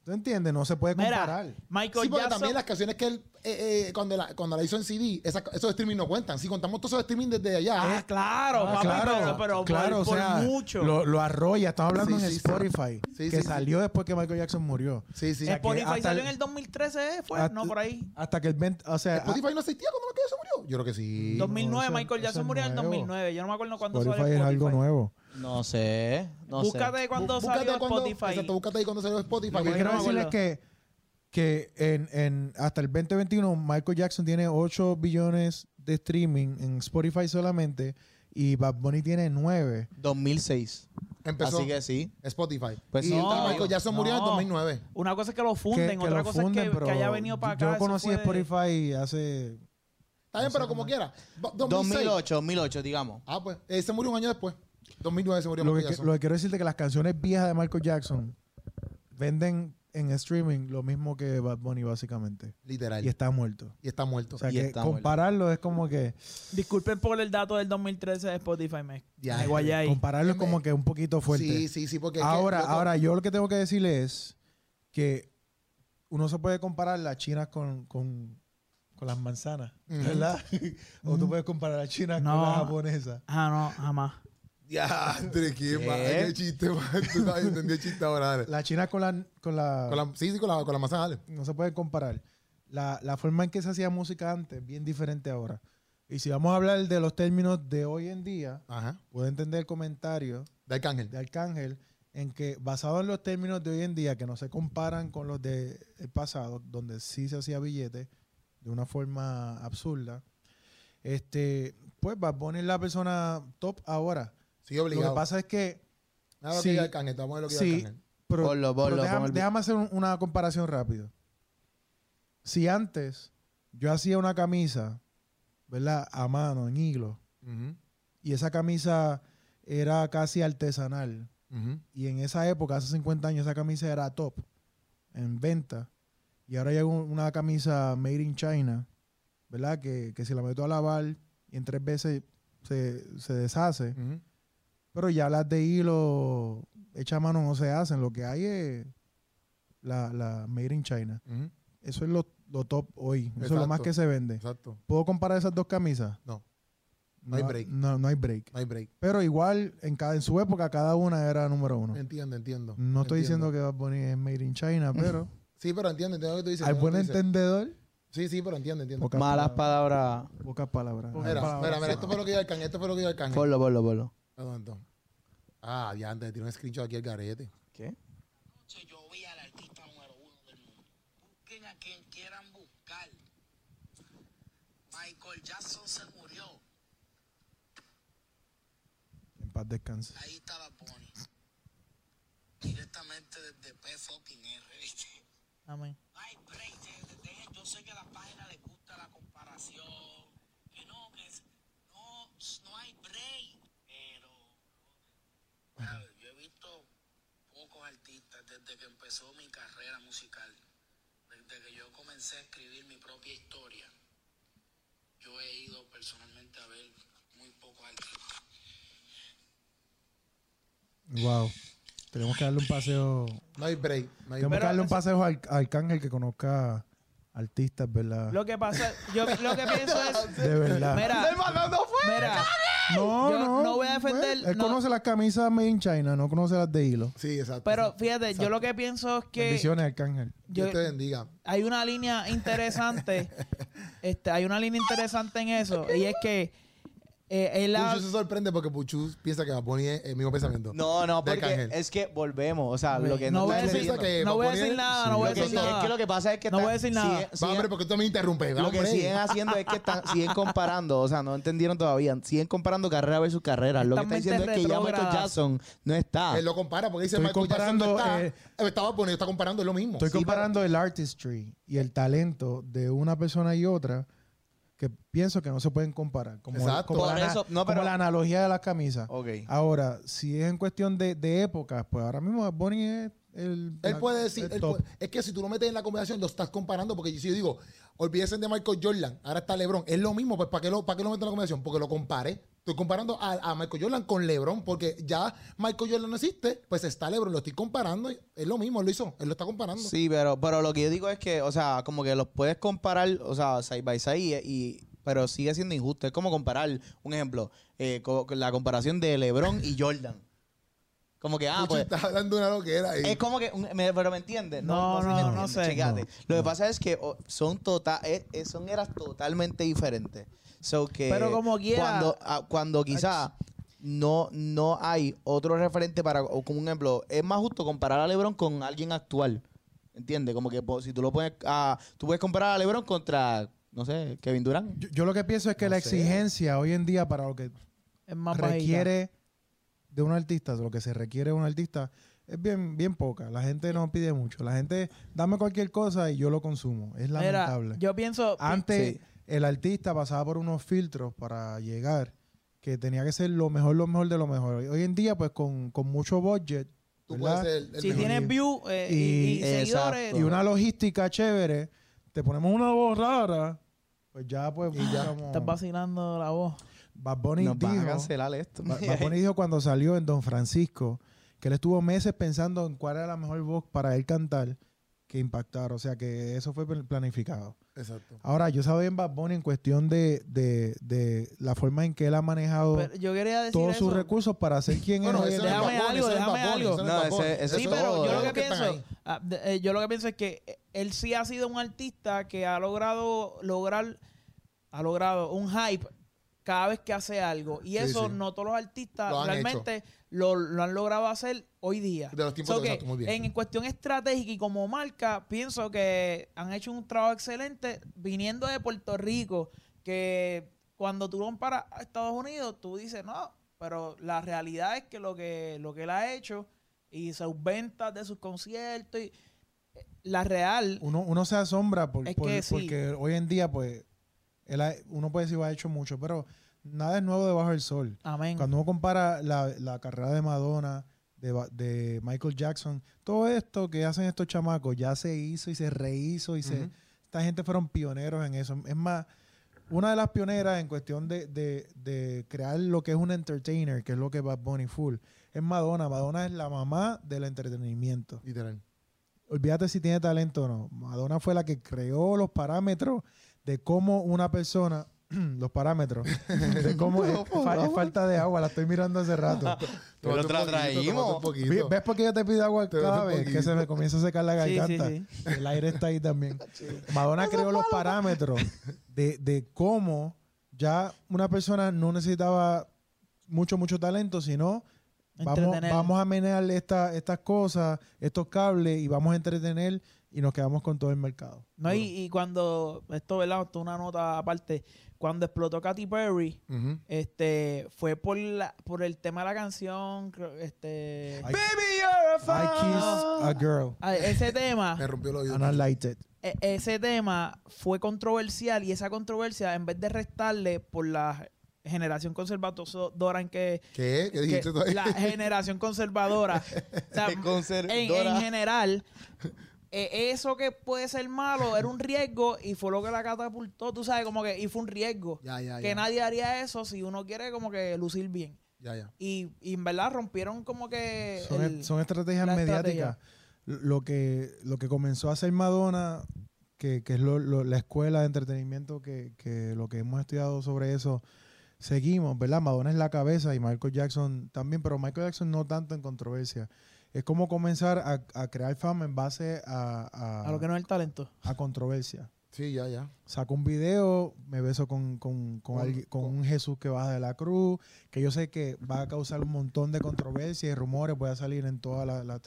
¿Tú entiendes? No se puede comparar. Mira, Michael Sí, porque Jackson. también las canciones que él, eh, eh, cuando, la, cuando la hizo en CD, esas- esos streaming no cuentan. Si contamos todos esos streaming desde allá, Ah, claro, Ah, papi, pero, pero claro, por, o por sea, mucho. Lo, lo arrolla. Estamos hablando Sí, en sí, sí. Spotify, Sí, que sí, sí. salió después que Michael Jackson murió. sí, sí. sea, es- que Spotify hasta salió el- en el 2013, ¿eh? ¿fue? Hasta- no, por ahí. Hasta que el... vent- O sea, ¿Spotify no existía cuando Michael Jackson murió? Yo creo que sí. Dos- 2009, eso- Michael eso Jackson es murió en el nuevo. 2009. Yo no me acuerdo cuándo ah, Spotify salió es Spotify. algo nuevo. No sé. No sé. Búscate cuándo Búscate salió cuando- Spotify. Exacto, búscate ahí cuando salió Spotify. Lo que Ahí quiero no me vamos a decirles acuerdo. que, que en, en- hasta el 2021 Michael Jackson tiene 8 billones de streaming en Spotify solamente y Bad Bunny tiene 9. 2006. ver. Empezó Así que sí. Spotify. Pues y sí. No, Michael Jackson murió en no. 2009. Una cosa es que lo funden, que otra lo cosa funden, es que, que pero haya venido para acá. Yo eso conocí fue- Spotify hace... Está bien, No sé pero como cómo. quiera. Do- 2006. 2008, 2008, digamos. Ah, pues. eh, se murió un año después. 2009 se murió Lo que, Michael Jackson. lo que quiero decirte es que las canciones viejas de Michael Jackson venden en streaming lo mismo que Bad Bunny, básicamente. Literal. Y está muerto. y está muerto. O sea, Y que está muerto. compararlo es como que... Disculpen por el dato del 2013 de Spotify, me, Ya, me guayé ahí. Compararlo es como que un poquito fuerte. Sí, sí, sí, porque es que ahora, yo creo- (laughs) ahora, yo lo que tengo que decirle es que uno se puede comparar las chinas con, con, con las manzanas, Ujú. ¿verdad? (laughs) o tú puedes comparar las chinas No. con las japonesas. Ah, no, jamás. Ya, André, qué, ¿Qué? mal, qué chiste, man. (laughs) Tú sabes, yo entendí el chiste ahora, dale. Las chinas con la, con la, Con la, sí, sí, con la, con la manzana, dale. No se puede comparar. La, la forma en que se hacía música antes es bien diferente ahora. Y si vamos a hablar de los términos de hoy en día, Ajá. puedo entender el comentario De Arcángel. de Arcángel en que basado en los términos de hoy en día que no se comparan con los del pasado, donde sí se hacía billete de una forma absurda, este, pues Bad Bunny es la persona top ahora. Sí, obligado. Lo que pasa es que Nada lo sí. que diga Arcángel, te vamos a ver lo que diga Sí. Arcángel. pero, Ponlo, pero ponlo, déjame, pon el- déjame hacer un- una comparación rápido. Si antes yo hacía una camisa, ¿verdad? A mano, en hilo, Ujú, y esa camisa era casi artesanal, ujú. y en esa época, hace 50 años, esa camisa era top en venta, y ahora llega un- una camisa made in China, ¿verdad? Que, que si la meto a lavar y en tres veces se, se deshace. Ujú. Pero ya las de hilo hecha a mano no se hacen. Lo que hay es la, la made in China. Ujú. Eso es lo, lo top hoy. Eso es lo más Exacto. que se vende. Exacto. ¿Puedo comparar esas dos camisas? No. No hay break. No, no hay break. No hay break. Pero igual, en, cada, en su época, cada una era número uno. Entiendo, entiendo. No estoy Entiendo. diciendo que Bad Bunny es made in (laughs) China, pero Sí, pero entiendo, entiendo lo que tú dices. al entiendo buen lo que tú dices. entendedor, Sí, sí, pero entiendo, entiendo. pocas Malas palabras. palabras. Pocas palabras. Mira, mira, mira, esto fue lo que dijo Arcángel, esto fue lo que dijo Arcángel. Ponlo, ponlo, ponlo. Perdón, entonces. Ah, ya antes, tiró un screenshot aquí al garete. ¿Qué? noche yo vi al artista número uno del mundo. Busquen a quien quieran buscar. Michael Jackson se murió. En paz descanse. Ahí estaba Pony. Directamente desde P fucking R, ¿viste? Amén. Ay, break, de- de- dejen, yo sé que a la página les gusta la comparación, que no, que es, no, sh, no hay break, pero ¿sabes? yo he visto pocos artistas desde que empezó mi carrera musical, desde que yo comencé a escribir mi propia historia, yo he ido personalmente a ver muy pocos artistas. Wow. Tenemos que darle un paseo. No hay break. No hay Tenemos break. que darle un paseo al a Arcángel que conozca artistas, ¿verdad? Lo que pasa, yo lo que pienso (laughs) es. (laughs) De verdad. Mira, mira, No, Yo no. no voy a defender- Bueno, él no. conoce las camisas made in China, no conoce las de hilo. Sí, exacto. pero fíjate, yo lo que pienso es que Bendiciones, Arcángel. yo- Dios te bendiga. hay una línea interesante. este, hay una línea interesante en eso. Y es que eh, él ha- Puchu se sorprende porque Puchu piensa que va a poner el mismo pensamiento. No, no, De porque Arcángel. es que volvemos. O sea, lo que no no voy a Él decir, piensa que no va voy a poner- decir nada, no Sí. voy a Lo que decir sí, nada. Es que lo que pasa es que. No están- voy a decir nada. siguen- Va, siguen- hombre, porque tú me interrumpes. Va, lo que hombre. siguen haciendo es que están, siguen comparando, o sea, no entendieron todavía, siguen comparando carrera versus carrera. Lo que está Esta diciendo es mente que ya Michael retrógrada. Jackson no está. Él lo compara porque dice Estoy Michael Jackson comparando, no está. eh, Eh, estaba poniendo, está comparando es lo mismo. Estoy Sí, comparando el artistry y el talento de una persona y otra que pienso que no se pueden comparar. Como, Exacto. como Por la, ana- eso- no, como pero- la analogía de las camisas. Ok. Ahora, si es en cuestión de, de épocas, pues ahora mismo Bonnie es el. Él la- puede decir, el él top. puede- es que si tú lo metes en la combinación, lo estás comparando, porque si yo digo, olvídense de Michael Jordan, ahora está LeBron, es lo mismo, pues ¿para qué lo, para qué lo meto en la combinación? Porque lo compare. Estoy comparando a, a Michael Jordan con LeBron, porque ya Michael Jordan no existe, pues está LeBron, lo estoy comparando, y es lo mismo, él lo hizo, él lo está comparando. Sí, pero, pero lo que yo digo es que, o sea, como que los puedes comparar, o sea, side by side, y, y- pero sigue siendo injusto. Es como comparar, un ejemplo, eh, co- con la comparación de LeBron y Jordan. Como que, ah, Pucho, pues, estás dando una loquera ahí. es como que, un- me- pero ¿me entiendes? No, me no, no entiendes, sé. chécate. Lo que pasa es que oh, son total, eh, eh, son eras totalmente diferentes. So que Pero como quiera- Cuando, ah, cuando quizá no, no hay otro referente para, o como un ejemplo, es más justo comparar a LeBron con alguien actual. ¿Entiendes? Como que po- si tú lo pones, a, tú puedes comparar a LeBron contra, no sé, Kevin Durant. Yo, yo lo que pienso es que No la sé. exigencia hoy en día para lo que es más bajita. requiere de un artista, de lo que se requiere de un artista, es bien, bien poca. La gente no pide mucho. La gente, dame cualquier cosa y yo lo consumo. Es Mira, lamentable. yo pienso, Antes, Sí. el artista pasaba por unos filtros para llegar, que tenía que ser lo mejor, lo mejor de lo mejor. Hoy en día, pues con, con mucho budget, Tú ¿verdad? puedes ser el si mejor. tienes view eh, y, Y- y seguidores, Exacto. y una logística chévere, te ponemos una voz rara, pues ya pues buscamos- estás vacilando la voz. Bad Bunny Nos van a dijo- cancelar esto. (laughs) Ba- Bad Bunny dijo cuando salió en Don Francisco que él estuvo meses pensando en cuál era la mejor voz para él cantar que impactar. O sea que eso fue pl- planificado. Exacto. Ahora, yo sabía en Bad Bunny en cuestión de, de- de la forma en que él ha manejado Pero yo quería decir todos eso. sus recursos para ser quien Bueno, es. ese no él. es Déjame Bad Bunny, algo, ese no es Bad déjame Bunny, algo. ese no es No, Bad Bunny, ese- ese ese es Sí, Eso pero todo, yo lo todos que, que están pienso, ahí. ah, de- eh, yo lo que pienso es que eh, él sí ha sido un artista que ha logrado lograr, ha logrado un hype cada vez que hace algo. Y Sí, eso sí. no todos los artistas Lo han realmente lo, lo han logrado hacer hoy día. De los tiempos So de- que exacto, muy bien. En cuestión estratégica y como marca, pienso que han hecho un trabajo excelente viniendo de Puerto Rico, que cuando tú comparas a Estados Unidos, tú dices, no, pero la realidad es que lo que, lo que él ha hecho y sus ventas de sus conciertos, y, eh, la real, Uno, uno se asombra por- Es por- que sí. porque hoy en día, pues, él ha- uno puede decir que ha hecho mucho, pero nada es nuevo debajo del sol. amén. Cuando uno compara la, la carrera de Madonna, de, Ba- de Michael Jackson, todo esto que hacen estos chamacos ya se hizo y se rehizo y se... Ujú. Esta gente fueron pioneros en eso. Es más, una de las pioneras en cuestión de, de- de crear lo que es un entertainer, que es lo que Bad Bunny Full, es Madonna. Madonna es la mamá del entretenimiento. Literal. Olvídate si tiene talento o no. Madonna fue la que creó los parámetros de cómo una persona, (clears throat) los parámetros, de cómo es, fa- es falta de agua. La estoy mirando hace rato. Tómate un te la poquito, traímos. tómate un poquito. Vi- ¿Ves por qué yo te pido agua Te doy cada un vez que poquito. se me comienza a secar la Sí, sí, garganta? El aire está ahí (laughs) también. Madonna creó los (laughs) parámetros de, de cómo ya una persona no necesitaba mucho, mucho talento, sino vamos, Entretener. vamos a menear esta, estas cosas, estos cables y vamos a entretener y nos quedamos con todo el mercado. No, y, y cuando, esto, ¿verdad? Esto es una nota aparte, cuando explotó Katy Perry, Ujú. este, fue por, la, por el tema de la canción, creo, este... I, Baby, you're a I kissed a girl Ah, Ese tema, Me rompió el oído. and I liked it. e- ese tema fue controversial y esa controversia, en vez de restarle por la generación conservadora en que, ¿Qué? ¿Qué que dijiste tú ahí? (laughs) la generación conservadora, o sea, De conservadora. en, en (laughs) general, eh, eso que puede ser malo era un riesgo y fue lo que la catapultó, tú sabes, como que y fue un riesgo. Ya, ya, que ya. nadie haría eso si uno quiere como que lucir bien. Ya, ya. Y, y en verdad rompieron como que... Son, el- son estrategias la mediáticas. Lo que, lo que comenzó a hacer Madonna, que, que es lo- lo- la escuela de entretenimiento, que, que lo que hemos estudiado sobre eso, seguimos, ¿verdad? Madonna es la cabeza y Michael Jackson también, pero Michael Jackson no tanto en controversia. Es como comenzar a, a crear fama en base a, a- a lo que no es el talento. a controversia. Sí, ya, ya. Saco un video, me beso con, con, con Con- alguien- con un Jesús que baja de la cruz, que yo sé que va a causar un montón de controversia y rumores, voy a salir en todas las la,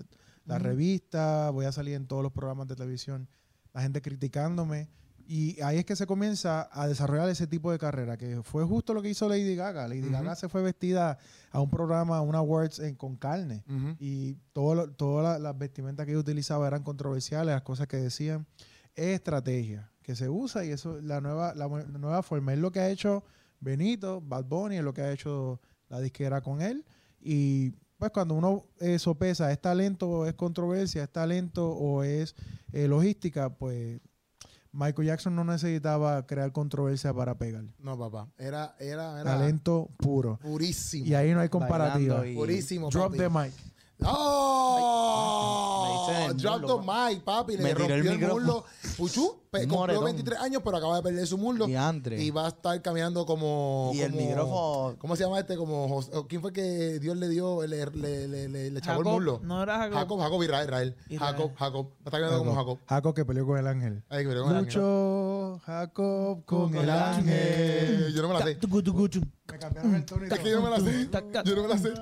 la Ujú. revistas, voy a salir en todos los programas de televisión, la gente criticándome. Y ahí es que se comienza a desarrollar ese tipo de carrera, que fue justo lo que hizo Lady Gaga. Lady Ujú. Gaga se fue vestida a un programa, a una awards en- con carne Ujú. y todo lo- todas la- las vestimentas que yo utilizaba eran controversiales, las cosas que decían. Es estrategia que se usa y eso es la nueva, la, mu- nueva forma. Es lo que ha hecho Benito, Bad Bunny, es lo que ha hecho la disquera con él. Y pues cuando uno eh, sopesa, ¿es talento o es controversia? ¿Es talento o es eh, logística? Pues Michael Jackson no necesitaba crear controversia para pegar. No, papá. Era, era, era. Talento puro. Purísimo. Y ahí no hay comparativa. Bailando Purísimo, Drop papi. the mic. ¡Oh! Me dicen el Drop muslo, the mic, papi. Le Me tiró rompió el el, micrófono. muslo. Puchu pe- Un cumplió moretón. 23 años, pero acaba de perder su muslo. Diantre. Y va a estar caminando como. Y el como- micrófono. ¿Cómo se llama este? Como Jos- o ¿Quién fue que Dios le dio, le, le, le, le, le chavó el Jacob, muslo? No era Jacob. Jacob, Jacob, Israel, Israel. Israel. Jacob, Jacob. Va a estar caminando como Jacob. Jaco que peleó con el ángel. Ay, pero con el ángel. Lucho Jacob con el ángel. Yo no me la sé. Tucu, tucu, tucu. Me cambiaron el tono Es que yo no me la sé. Tac, tac. Yo no me la sé.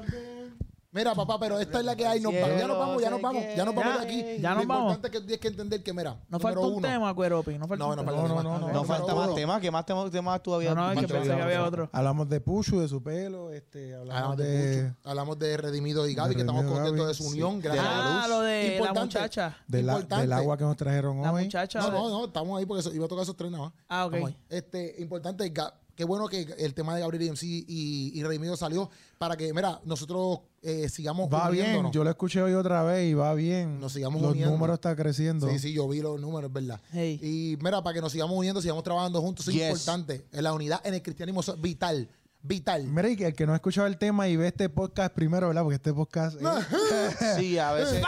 Mira, papá, pero esta es la que hay. Nos vamos, ya nos vamos, ya nos vamos. Ya nos vamos de aquí. Ya nos Lo vamos. importante es que tú tienes que entender que, mira, No número falta un uno. tema, Cueropi. No falta No, un no tema. falta No, más. no, no, no. No Número falta uno. más temas. ¿Qué más temas, temas tú habías No, no, es que más pensé que temas. había otro. Hablamos de Pushu, de su pelo, este, hablamos Hablamos de, de, mucho. Hablamos de Redimido y Gaby, de que estamos Redimido contentos Gaby. de su unión. Gracias a la Ah, luz. lo de la Importante. muchacha. de la- Importante. del agua que nos trajeron La hoy. muchacha. No, de- no, no, estamos ahí porque eso- iba a tocar esos tres nada más. Ah, ok. Este, importante, Ga- Qué bueno que el tema de Gabriel MC y, y Redimido salió para que, mira, nosotros eh, sigamos Va bien, uniéndonos. yo lo escuché hoy otra vez y va bien. Nos sigamos Los uniendo. números están creciendo. Sí, sí, yo vi los números, es verdad. Hey. Y mira, para que nos sigamos uniendo, sigamos trabajando juntos, eso es Yes. importante. En la unidad en el cristianismo eso es vital, vital. Mira, y que el que no ha escuchado el tema y ve este podcast primero, ¿verdad? Porque este podcast es- Sí, a eh, veces.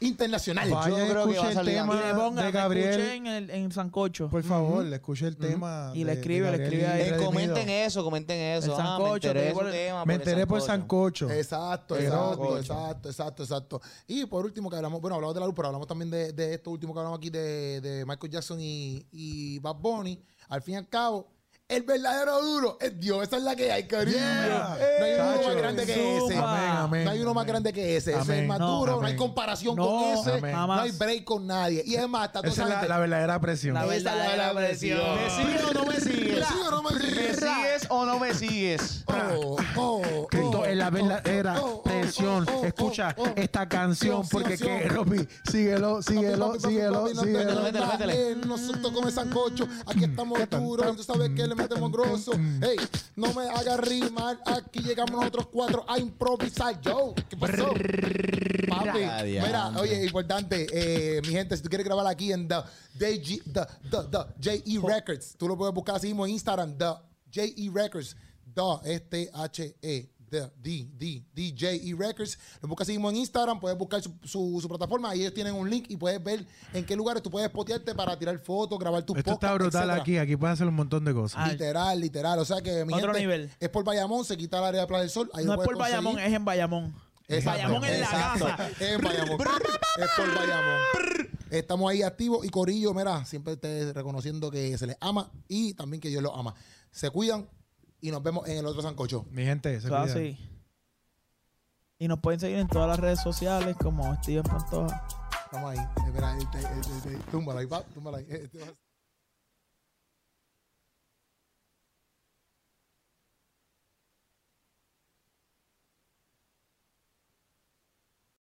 Internacional. Vaya, Yo creo que va escuche a el salir tema antes. le ponga, de que escuche Gabriel. en, el, en Sancocho. Pues, Por favor, le escuche el tema. Y le de- de escribe, le Gabriel escribe y ahí. Eh, Redimido. comenten eso, comenten eso. El Ah, me sancocho, enteré te de digo ese el- tema. Me enteré por Sancocho. Eh, Exacto, Erótico. exacto, exacto, exacto, exacto. Y por último, que hablamos, bueno, hablamos de la luz, pero hablamos también de, de esto último que hablamos aquí de, de Michael Jackson y, y Bad Bunny. Al fin y al cabo, el verdadero duro es Dios. Esa es la que hay, cariño. Yeah. No hay uno Chacho. más grande que ese. Zumba. Amén, amén, no hay uno más amén. grande que ese. Ese es Amén. el más No, duro. No hay amén. comparación No, con ese. amén. No hay Jamás. break con nadie. Y es más, está toda esa Esa es la, gente- la verdadera presión. La Esa es verdadera presión. ¿Me sigues o no me ¿Me sigues? sigue o no me ¿Me sigue? sigues o no me sigues? Oh, oh, Cristo oh, es la oh, verdadera oh, oh, presión. oh, oh, Escucha oh, oh. esta canción Dios, porque Dios, que Dios. Ropi, síguelo, síguelo, Papi, papi, síguelo, papi, no te síguelo. Métele, metas, métele. eh, Nosotros con el sancocho, aquí estamos duros, tú sabes que le metemos grosso. Ey, no me hagas rimar, aquí llegamos nosotros cuatro a improvisar. Yo, ¿qué pasó? Papi, Adiante. mira, oye, importante, eh, mi gente, si tú quieres grabar aquí en The, the, G- the, the, the JE Oh. Records, tú lo puedes buscar así mismo en Instagram, The JE Records, The, este, H-E. The, D, D, DJE Records. Lo buscas así mismo en Instagram, puedes buscar su, su, su plataforma. Ahí ellos tienen un link y puedes ver en qué lugares tú puedes potearte para tirar fotos, grabar tu Esto está brutal aquí, aquí puedes hacer un montón de cosas. Ah, Literal, literal. O sea que, mi Otro gente, nivel. es por Bayamón, se quita el área de Plaza del Sol. Ahí No lo es puedes por Bayamón, conseguir. es en Bayamón. Exacto. Bayamón en la Exacto. casa. Es Bayamón. es por Bayamón. Estamos ahí activos y Corillo, mira, siempre estés reconociendo que se les ama y también que Dios los ama. Se cuidan y nos vemos en el otro Sancocho. Mi gente, se Eso cuidan. es así. Y nos pueden seguir en todas las redes sociales como Steven Pantoja. este, Estamos ahí. (laughs) Eh, Mira, eh, eh, eh, eh, túmbalo ahí, pa, túmbalo ahí. Eh, eh,